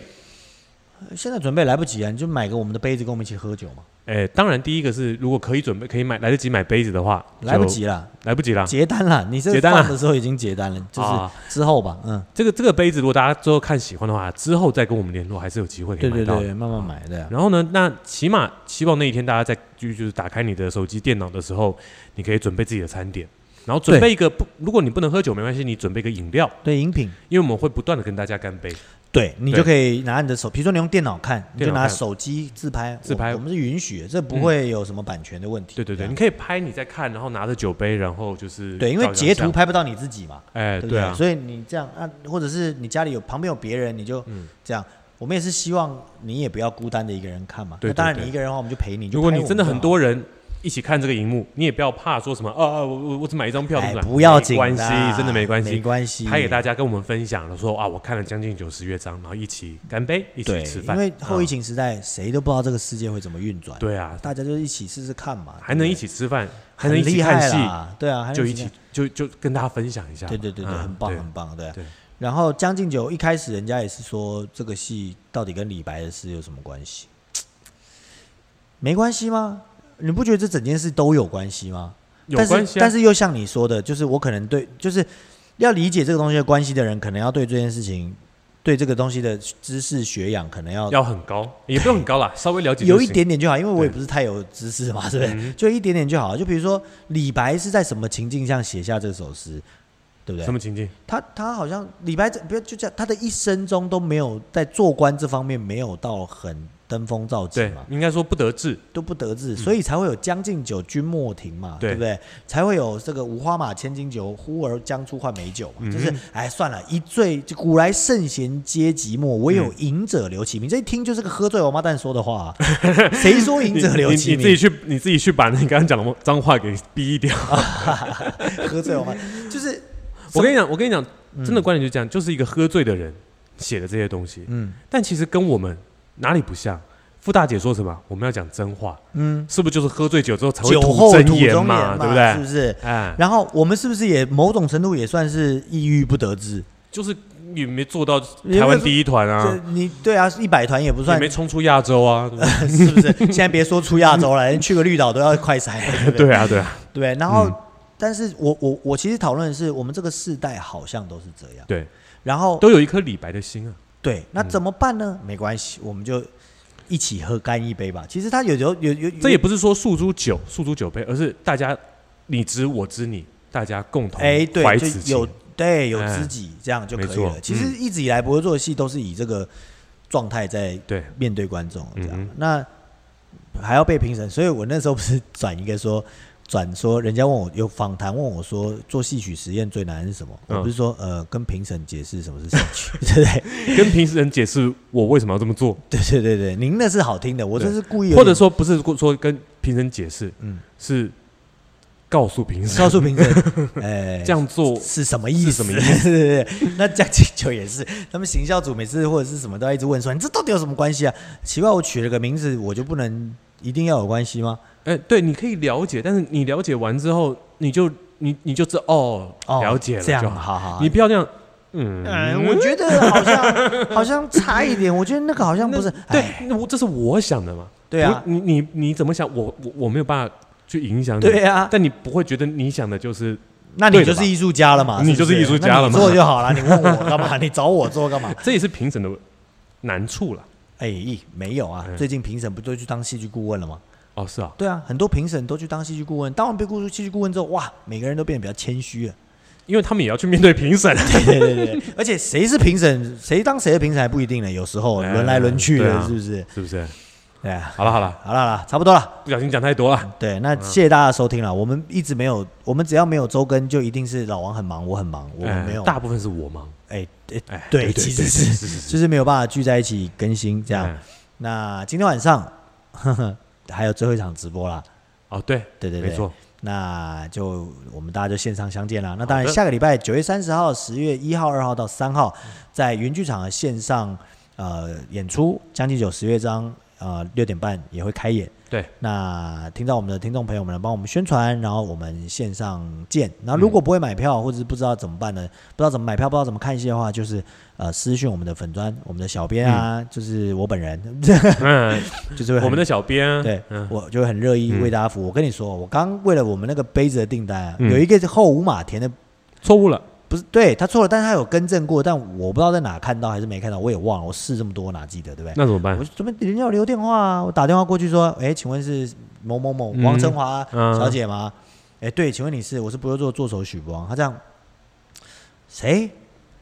Speaker 2: 现在准备来不及啊？你就买个我们的杯子，跟我们一起喝酒嘛。
Speaker 1: 哎，当然第一个是如果可以准备可以买来得及买杯子的话，
Speaker 2: 来不
Speaker 1: 就
Speaker 2: 及啦，
Speaker 1: 来不及啦。
Speaker 2: 结单啦，你这
Speaker 1: 啊结单啦
Speaker 2: 放的时候已经结单了，就是
Speaker 1: 啊，
Speaker 2: 之后吧，嗯，
Speaker 1: 这个这个杯子，如果大家之后看喜欢的话，之后再跟我们联络，还是有机会可以
Speaker 2: 对
Speaker 1: 买
Speaker 2: 对
Speaker 1: 到的。嗯
Speaker 2: 对，慢慢买的、对啊。
Speaker 1: 然后呢，那起码希望那一天大家在就就是打开你的手机、电脑的时候，你可以准备自己的餐点，然后准备一个不，如果你不能喝酒没关系，你准备一个饮料，
Speaker 2: 对饮品，
Speaker 1: 因为我们会不断的跟大家干杯。
Speaker 2: 对你
Speaker 1: 对
Speaker 2: 就可以拿你的手，比如说你用电脑看，你
Speaker 1: 电
Speaker 2: 就
Speaker 1: 脑
Speaker 2: 拿
Speaker 1: 看
Speaker 2: 手机自拍，
Speaker 1: 自拍嗯
Speaker 2: 我我们是允许的，这不会有什么版权的问题。
Speaker 1: 对对对，
Speaker 2: 啊
Speaker 1: 你可以拍你在看，然后拿着酒杯，然后就是
Speaker 2: 对，因为
Speaker 1: 照相
Speaker 2: 截图
Speaker 1: 像，
Speaker 2: 拍不到你自己嘛，
Speaker 1: 哎，
Speaker 2: 对不
Speaker 1: 对啊，
Speaker 2: 所以你这样啊，或者是你家里有旁边有别人，你就
Speaker 1: 嗯
Speaker 2: 这样。我们也是希望你也不要孤单的一个人看嘛。
Speaker 1: 对
Speaker 2: 那当
Speaker 1: 对
Speaker 2: 然，
Speaker 1: 对
Speaker 2: 你一个人的话，我们就陪你。就
Speaker 1: 如果
Speaker 2: 拍
Speaker 1: 你
Speaker 2: 我
Speaker 1: 真的
Speaker 2: 们就
Speaker 1: 很
Speaker 2: 好
Speaker 1: 多人。一起看这个荧幕，你也不要怕说什么啊啊，我我我只买一张票，
Speaker 2: 哎
Speaker 1: 怎么办
Speaker 2: 不要紧
Speaker 1: 没关系
Speaker 2: 啦，
Speaker 1: 真的没关
Speaker 2: 没
Speaker 1: 系。
Speaker 2: 关系。
Speaker 1: 拍给大家跟我们分享了，说啊，我看了将近九十乐章，然后一起干杯，一起
Speaker 2: 对，
Speaker 1: 吃
Speaker 2: 因
Speaker 1: 饭。
Speaker 2: 为后疫
Speaker 1: 嗯
Speaker 2: 情时代，谁都不知道这个世界会怎么运转。，
Speaker 1: 对啊，
Speaker 2: 大家就一起试试看嘛。
Speaker 1: 还能一起
Speaker 2: 起，
Speaker 1: 吃饭，还
Speaker 2: 很
Speaker 1: 能一起
Speaker 2: 厉
Speaker 1: 看
Speaker 2: 害
Speaker 1: 戏，
Speaker 2: 啦。对啊，还能
Speaker 1: 就一
Speaker 2: 起
Speaker 1: 起就就跟大家分享一下
Speaker 2: 看。
Speaker 1: 嘛。
Speaker 2: 对对对对，
Speaker 1: 嗯
Speaker 2: 很棒很棒，对啊
Speaker 1: 对。
Speaker 2: 然后《将进酒》一开始人家也是说这个戏到底跟李白的诗有什么关系？没关系吗？你不觉得这整件事都有关系吗？
Speaker 1: 有关
Speaker 2: 但
Speaker 1: 系
Speaker 2: 是
Speaker 1: 啊。
Speaker 2: 但是又像你说的，就是我可能对，就是要理解这个东西的关系的人，可能要对这件事情，对这个东西的知识学养，可能要
Speaker 1: 要很高，也不用很高
Speaker 2: <laughs>
Speaker 1: 啦，稍微了解就
Speaker 2: 有一
Speaker 1: 行
Speaker 2: 点点就好，因为我也
Speaker 1: 对嗯
Speaker 2: 不是太有知识嘛，对不对？就一点点就好。就比如说李白是在什么情境下写下这首诗，对不
Speaker 1: 什
Speaker 2: 对？
Speaker 1: 么情境？
Speaker 2: 他他好像李白这不要就这样，他的一生中都没有在做官这方面没有到很登峰造极
Speaker 1: 对嗯
Speaker 2: 嘛，，
Speaker 1: 应该说不得志，
Speaker 2: 都不得志，所以才会有《将进酒，君莫停》嘛，
Speaker 1: 对
Speaker 2: 对不对？才会有这个“无花马，千金酒，呼儿将出换美酒”
Speaker 1: 嗯
Speaker 2: 嘛，就是哎算了，一醉就古来圣贤皆寂寞，唯
Speaker 1: 嗯
Speaker 2: 有饮者留其名。这一听就是个喝醉王八蛋说
Speaker 1: <laughs>
Speaker 2: 的话、啊，谁说饮
Speaker 1: 你
Speaker 2: 者留
Speaker 1: 你
Speaker 2: 其
Speaker 1: 你自己
Speaker 2: 名？
Speaker 1: 去你自己去把你刚刚讲的脏话给逼
Speaker 2: <laughs>
Speaker 1: 掉。
Speaker 2: 喝醉王八蛋就是
Speaker 1: 我跟你讲，我跟你讲，
Speaker 2: 嗯
Speaker 1: 真的观点就这样，就是一个喝醉的人写的这些东西，
Speaker 2: 嗯
Speaker 1: 但其实跟我们哪里不像？傅大姐说什么？我们要讲真话，
Speaker 2: 嗯，
Speaker 1: 是不是就是喝醉酒之后才会
Speaker 2: 酒后
Speaker 1: 真
Speaker 2: 吐中
Speaker 1: 言
Speaker 2: 言
Speaker 1: 嘛？
Speaker 2: 嘛，
Speaker 1: 对不
Speaker 2: 是
Speaker 1: 对？
Speaker 2: 不是？
Speaker 1: 哎，
Speaker 2: 然后我们是不是也某种程度也算是抑郁不得志？
Speaker 1: 就是也没做到
Speaker 2: 也没
Speaker 1: 台湾
Speaker 2: 有
Speaker 1: 第一团啊。
Speaker 2: 这你对啊，一百团也不算
Speaker 1: 也没冲出亚洲
Speaker 2: <laughs>
Speaker 1: 啊。
Speaker 2: 是不是？现在别说出亚洲了，连去个绿岛都要快筛
Speaker 1: <laughs>
Speaker 2: 了，对不对？
Speaker 1: 对啊，对啊，
Speaker 2: 对不对然后，但是我我我其实讨论的是，我们这个世代好像都是这样。
Speaker 1: 对，
Speaker 2: 然后
Speaker 1: 都有一颗李白的心啊。
Speaker 2: 对，那怎么办呢？没关系，我们就一起喝干一杯吧。其实他有时候有有有
Speaker 1: 这也不是说诉诸酒，诉诸酒杯，而是大家你知我知你，大家共同
Speaker 2: 哎，对，
Speaker 1: 怀
Speaker 2: 就
Speaker 1: 此
Speaker 2: 有
Speaker 1: 情。
Speaker 2: 对有
Speaker 1: 哎
Speaker 2: 知己这样就
Speaker 1: 没
Speaker 2: 可以了。
Speaker 1: 错嗯
Speaker 2: 其实一直以来，不会做的戏都是以这个状态在
Speaker 1: 对，
Speaker 2: 面对观众这样，
Speaker 1: 嗯哼
Speaker 2: 那还要被评审，所以我那时候不是转一个说 <laughs> 转说，人家问我有访谈问我说做戏曲实验最难是什么？
Speaker 1: 嗯
Speaker 2: 我不是说呃跟评审解释什么是戏曲， <laughs> 对不对？
Speaker 1: 跟平时人解释我为什么要这么做，
Speaker 2: 对对对对，您那是好听的，我这是故意有点，
Speaker 1: 或者说不是说跟评审解释，
Speaker 2: 嗯
Speaker 1: 是告诉评审
Speaker 2: 告诉评审，
Speaker 1: <laughs>
Speaker 2: 哎、
Speaker 1: 这样做
Speaker 2: 是什么意
Speaker 1: 是
Speaker 2: 思？
Speaker 1: 什么意
Speaker 2: 思？ <laughs> 对对对，那将进酒也是，他们行销组每次或者是什么都要一直问说，你这到底有什么关系啊？奇怪，我取了个名字，我就不能一定要有关系吗？
Speaker 1: 哎、对，你可以了解，但是你了解完之后，你就你你就知道哦，
Speaker 2: 哦，
Speaker 1: 了解了
Speaker 2: 这样
Speaker 1: 就好。
Speaker 2: 好好好，
Speaker 1: 你不要这样，嗯，
Speaker 2: 哎，我觉得
Speaker 1: <laughs>
Speaker 2: 好像好像差一点，我觉得那个好像不是，
Speaker 1: 对
Speaker 2: 哎，
Speaker 1: 那我这是我想的嘛。
Speaker 2: 对啊
Speaker 1: 不你你你怎么想？我我我没有办法去影响你。
Speaker 2: 对啊，
Speaker 1: 但你不会觉得你想的就是
Speaker 2: 那你
Speaker 1: 对的
Speaker 2: 就
Speaker 1: 吧
Speaker 2: 是艺术家了嘛，
Speaker 1: 你
Speaker 2: 是不
Speaker 1: 就是艺术家了嘛
Speaker 2: 那你做就好了，你问我
Speaker 1: <laughs>
Speaker 2: 干嘛？你找我做干嘛？
Speaker 1: 这也是评审的难处了。
Speaker 2: 哎，咦没有啊
Speaker 1: 嗯，
Speaker 2: 最近评审不都去当戏剧顾问了吗？
Speaker 1: 哦，是啊， <laughs>
Speaker 2: 对啊，很多评审都去当戏剧顾问，当完被雇出戏剧顾问之后，哇，每个人都变得比较谦虚了，
Speaker 1: 因为他们也要去面对评审。啊
Speaker 2: 对对对对，而且谁是评审，谁当谁的评审还不一定呢，有时候
Speaker 1: 哎
Speaker 2: 轮来轮去
Speaker 1: 对
Speaker 2: 的，
Speaker 1: 啊
Speaker 2: 是不是？
Speaker 1: <laughs> 是不是？
Speaker 2: 对啊，
Speaker 1: 好了好了，
Speaker 2: 好了好了，差不多了。
Speaker 1: 不小心讲太多了。
Speaker 2: 对，那谢谢大家的收听了。我们一直没有，我们只要没有周更，就一定是老王很忙，我很忙，我们
Speaker 1: 哎
Speaker 2: 没有。
Speaker 1: 大部分是我忙。
Speaker 2: 哎哎，
Speaker 1: 哎，
Speaker 2: 对，其实
Speaker 1: 对
Speaker 2: 是
Speaker 1: 是是嗯
Speaker 2: 就是没有办法聚在一起更新这
Speaker 1: 这
Speaker 2: 样。那今天晚上 <laughs> 呵呵还有最后一场直播啦，
Speaker 1: 哦，对
Speaker 2: 对对对
Speaker 1: 没错，
Speaker 2: 那就我们大家就线上相见啦。那当然，
Speaker 1: 好的
Speaker 2: 下个礼拜九月三十号、十月一号、二号到三号，在云剧场的线上呃演出《将进酒》十乐章，呃六点半也会开演。
Speaker 1: 对，
Speaker 2: <laughs> 那听到我们的听众朋友们呢，帮我们宣传，然后我们线上见。然后如果不会买票，或者是不知道怎么办呢？不知道怎么买票，不知道怎么看戏的话，就是呃私讯我们的粉砖，我们的小编啊，就是我本人，
Speaker 1: <laughs> 嗯，
Speaker 2: 就是会很
Speaker 1: 我们的小编，
Speaker 2: 对，
Speaker 1: 嗯，
Speaker 2: 我就很乐意为大家服务。我跟你说，我刚为了我们那个杯子的订单啊，
Speaker 1: 嗯
Speaker 2: 有一个是后五码填的，
Speaker 1: 错误了，
Speaker 2: 不是对他错了，但是他有更正过，但我不知道在哪看到还是没看到，我也忘了，我试这么多我哪记得对不对？
Speaker 1: 那怎么办
Speaker 2: 我？就准备人家有留电话啊，我打电话过去说，哎，请问是某某某
Speaker 1: 嗯
Speaker 2: 王成华
Speaker 1: 嗯
Speaker 2: 小姐吗？哎，对，请问你是我是不会做做手许光，他这样谁？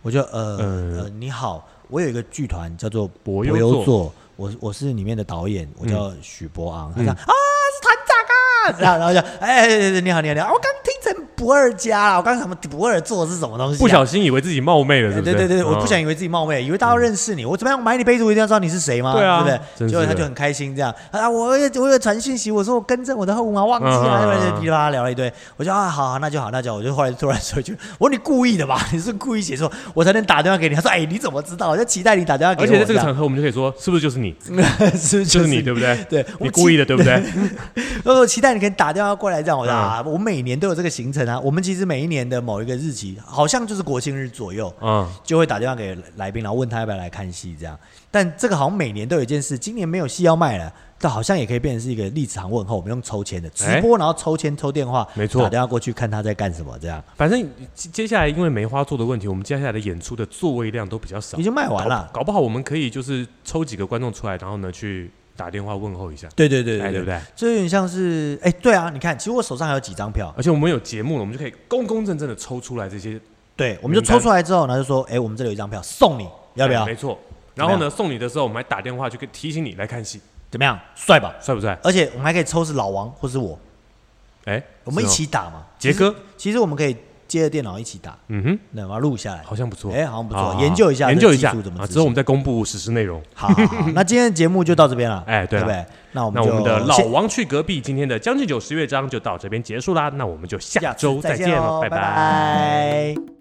Speaker 2: 我就呃
Speaker 1: 嗯
Speaker 2: 呃你好，我有一个剧团叫做
Speaker 1: 博优
Speaker 2: 优
Speaker 1: 座
Speaker 2: 座，我我是里面的导演，我叫许博昂，他这样
Speaker 1: 嗯
Speaker 2: 啊是团长啊，然后然后就哎哎哎你好你好你好，我刚听成不二家了，我刚刚什么不二座是什么东西啊？
Speaker 1: 不小心以为自己冒昧了，是
Speaker 2: 对
Speaker 1: 不是？嗯
Speaker 2: 对对对，我不想
Speaker 1: 想，
Speaker 2: 以为自己冒昧，以为大家都认识你，我怎么样买你杯子，我一定要知道你是谁吗？
Speaker 1: 对啊
Speaker 2: 对不对？
Speaker 1: 真是的
Speaker 2: 结果他就很开心这样啊，我也我有传讯息，我说我更正我的后妈忘记
Speaker 1: 嗯嗯嗯
Speaker 2: 了，
Speaker 1: 嗯
Speaker 2: 噼里啪啦聊了一堆，我就啊好好那就好那就好，我就后来突然说一句，我说你故意的吧？ <laughs> 你是故意写错，我才能打电话给你。他说哎你怎么知道？我就期待你打电话给
Speaker 1: 而
Speaker 2: 我。
Speaker 1: 且在这个
Speaker 2: 样
Speaker 1: 场合，我们就可以说，是不是就是
Speaker 2: <laughs>
Speaker 1: 你？
Speaker 2: 是不是
Speaker 1: 就是你，对不对？
Speaker 2: 对，我
Speaker 1: 你
Speaker 2: 期
Speaker 1: 故意的，对不对？
Speaker 2: 我说期待你可以打电话过来，这样我说、
Speaker 1: 嗯
Speaker 2: 啊，我每年都有这个行程啊。我们其实每一年的某一个日期，好像就是国庆日左右，
Speaker 1: 嗯，
Speaker 2: 就会打电话给来宾，然后问他要不要来看戏这样。但这个好像每年都有一件事，今年没有戏要卖了，但好像也可以变成是一个立场问候，我们用抽签的直播，然后抽签抽电话，
Speaker 1: 哎没错
Speaker 2: 打电话过去看他在干什么这样。
Speaker 1: 反正接接下来因为梅花座的问题，我们接下来的演出的座位量都比较少
Speaker 2: 已，经卖完
Speaker 1: 搞
Speaker 2: 了，
Speaker 1: 不搞不好我们可以就是抽几个观众出来，然后呢去打电话问候一下，
Speaker 2: 对对对
Speaker 1: 哎
Speaker 2: 对
Speaker 1: 对不
Speaker 2: 对，
Speaker 1: 对？
Speaker 2: 这有点像是哎，对啊，你看，其实我手上还有几张票，
Speaker 1: 而且我们有节目了，我们就可以公公正正的抽出来这些，
Speaker 2: 对，我们就抽出来之后，然后就说，哎，我们这里有一张票送你，要不要
Speaker 1: 哎没？错。
Speaker 2: 怎
Speaker 1: 然
Speaker 2: 么样
Speaker 1: 后呢，送你的时候，我们还打电话去跟提醒你来看戏，
Speaker 2: 怎么样，帅吧？
Speaker 1: 帅不帅？
Speaker 2: 而且我们还可以抽是老王或是我，
Speaker 1: 哎，
Speaker 2: 我们一
Speaker 1: 是哦
Speaker 2: 起打嘛。
Speaker 1: 杰哥，
Speaker 2: 其实我们可以接着电脑一起打，
Speaker 1: 嗯哼，
Speaker 2: 那我要录下来。
Speaker 1: 哦好像不错，
Speaker 2: 哎好像不错
Speaker 1: 好好好
Speaker 2: 研究一下
Speaker 1: 研
Speaker 2: 这
Speaker 1: 究
Speaker 2: 个
Speaker 1: 一
Speaker 2: 技
Speaker 1: 下
Speaker 2: 术怎么
Speaker 1: 啊
Speaker 2: 执
Speaker 1: 之后我
Speaker 2: 行
Speaker 1: 们再公布实施内容。
Speaker 2: 好好
Speaker 1: <laughs>
Speaker 2: 好，那今天的节目就到这边了。
Speaker 1: 哎对
Speaker 2: 对
Speaker 1: 了
Speaker 2: 不对？那我们
Speaker 1: 那
Speaker 2: 就
Speaker 1: 我们的老
Speaker 2: 谢
Speaker 1: 王去隔壁，今天的《将进酒》十乐章就到这边结束啦。那我们就下
Speaker 2: 下次
Speaker 1: 周
Speaker 2: 再
Speaker 1: 见
Speaker 2: 见喽，
Speaker 1: 拜
Speaker 2: 拜拜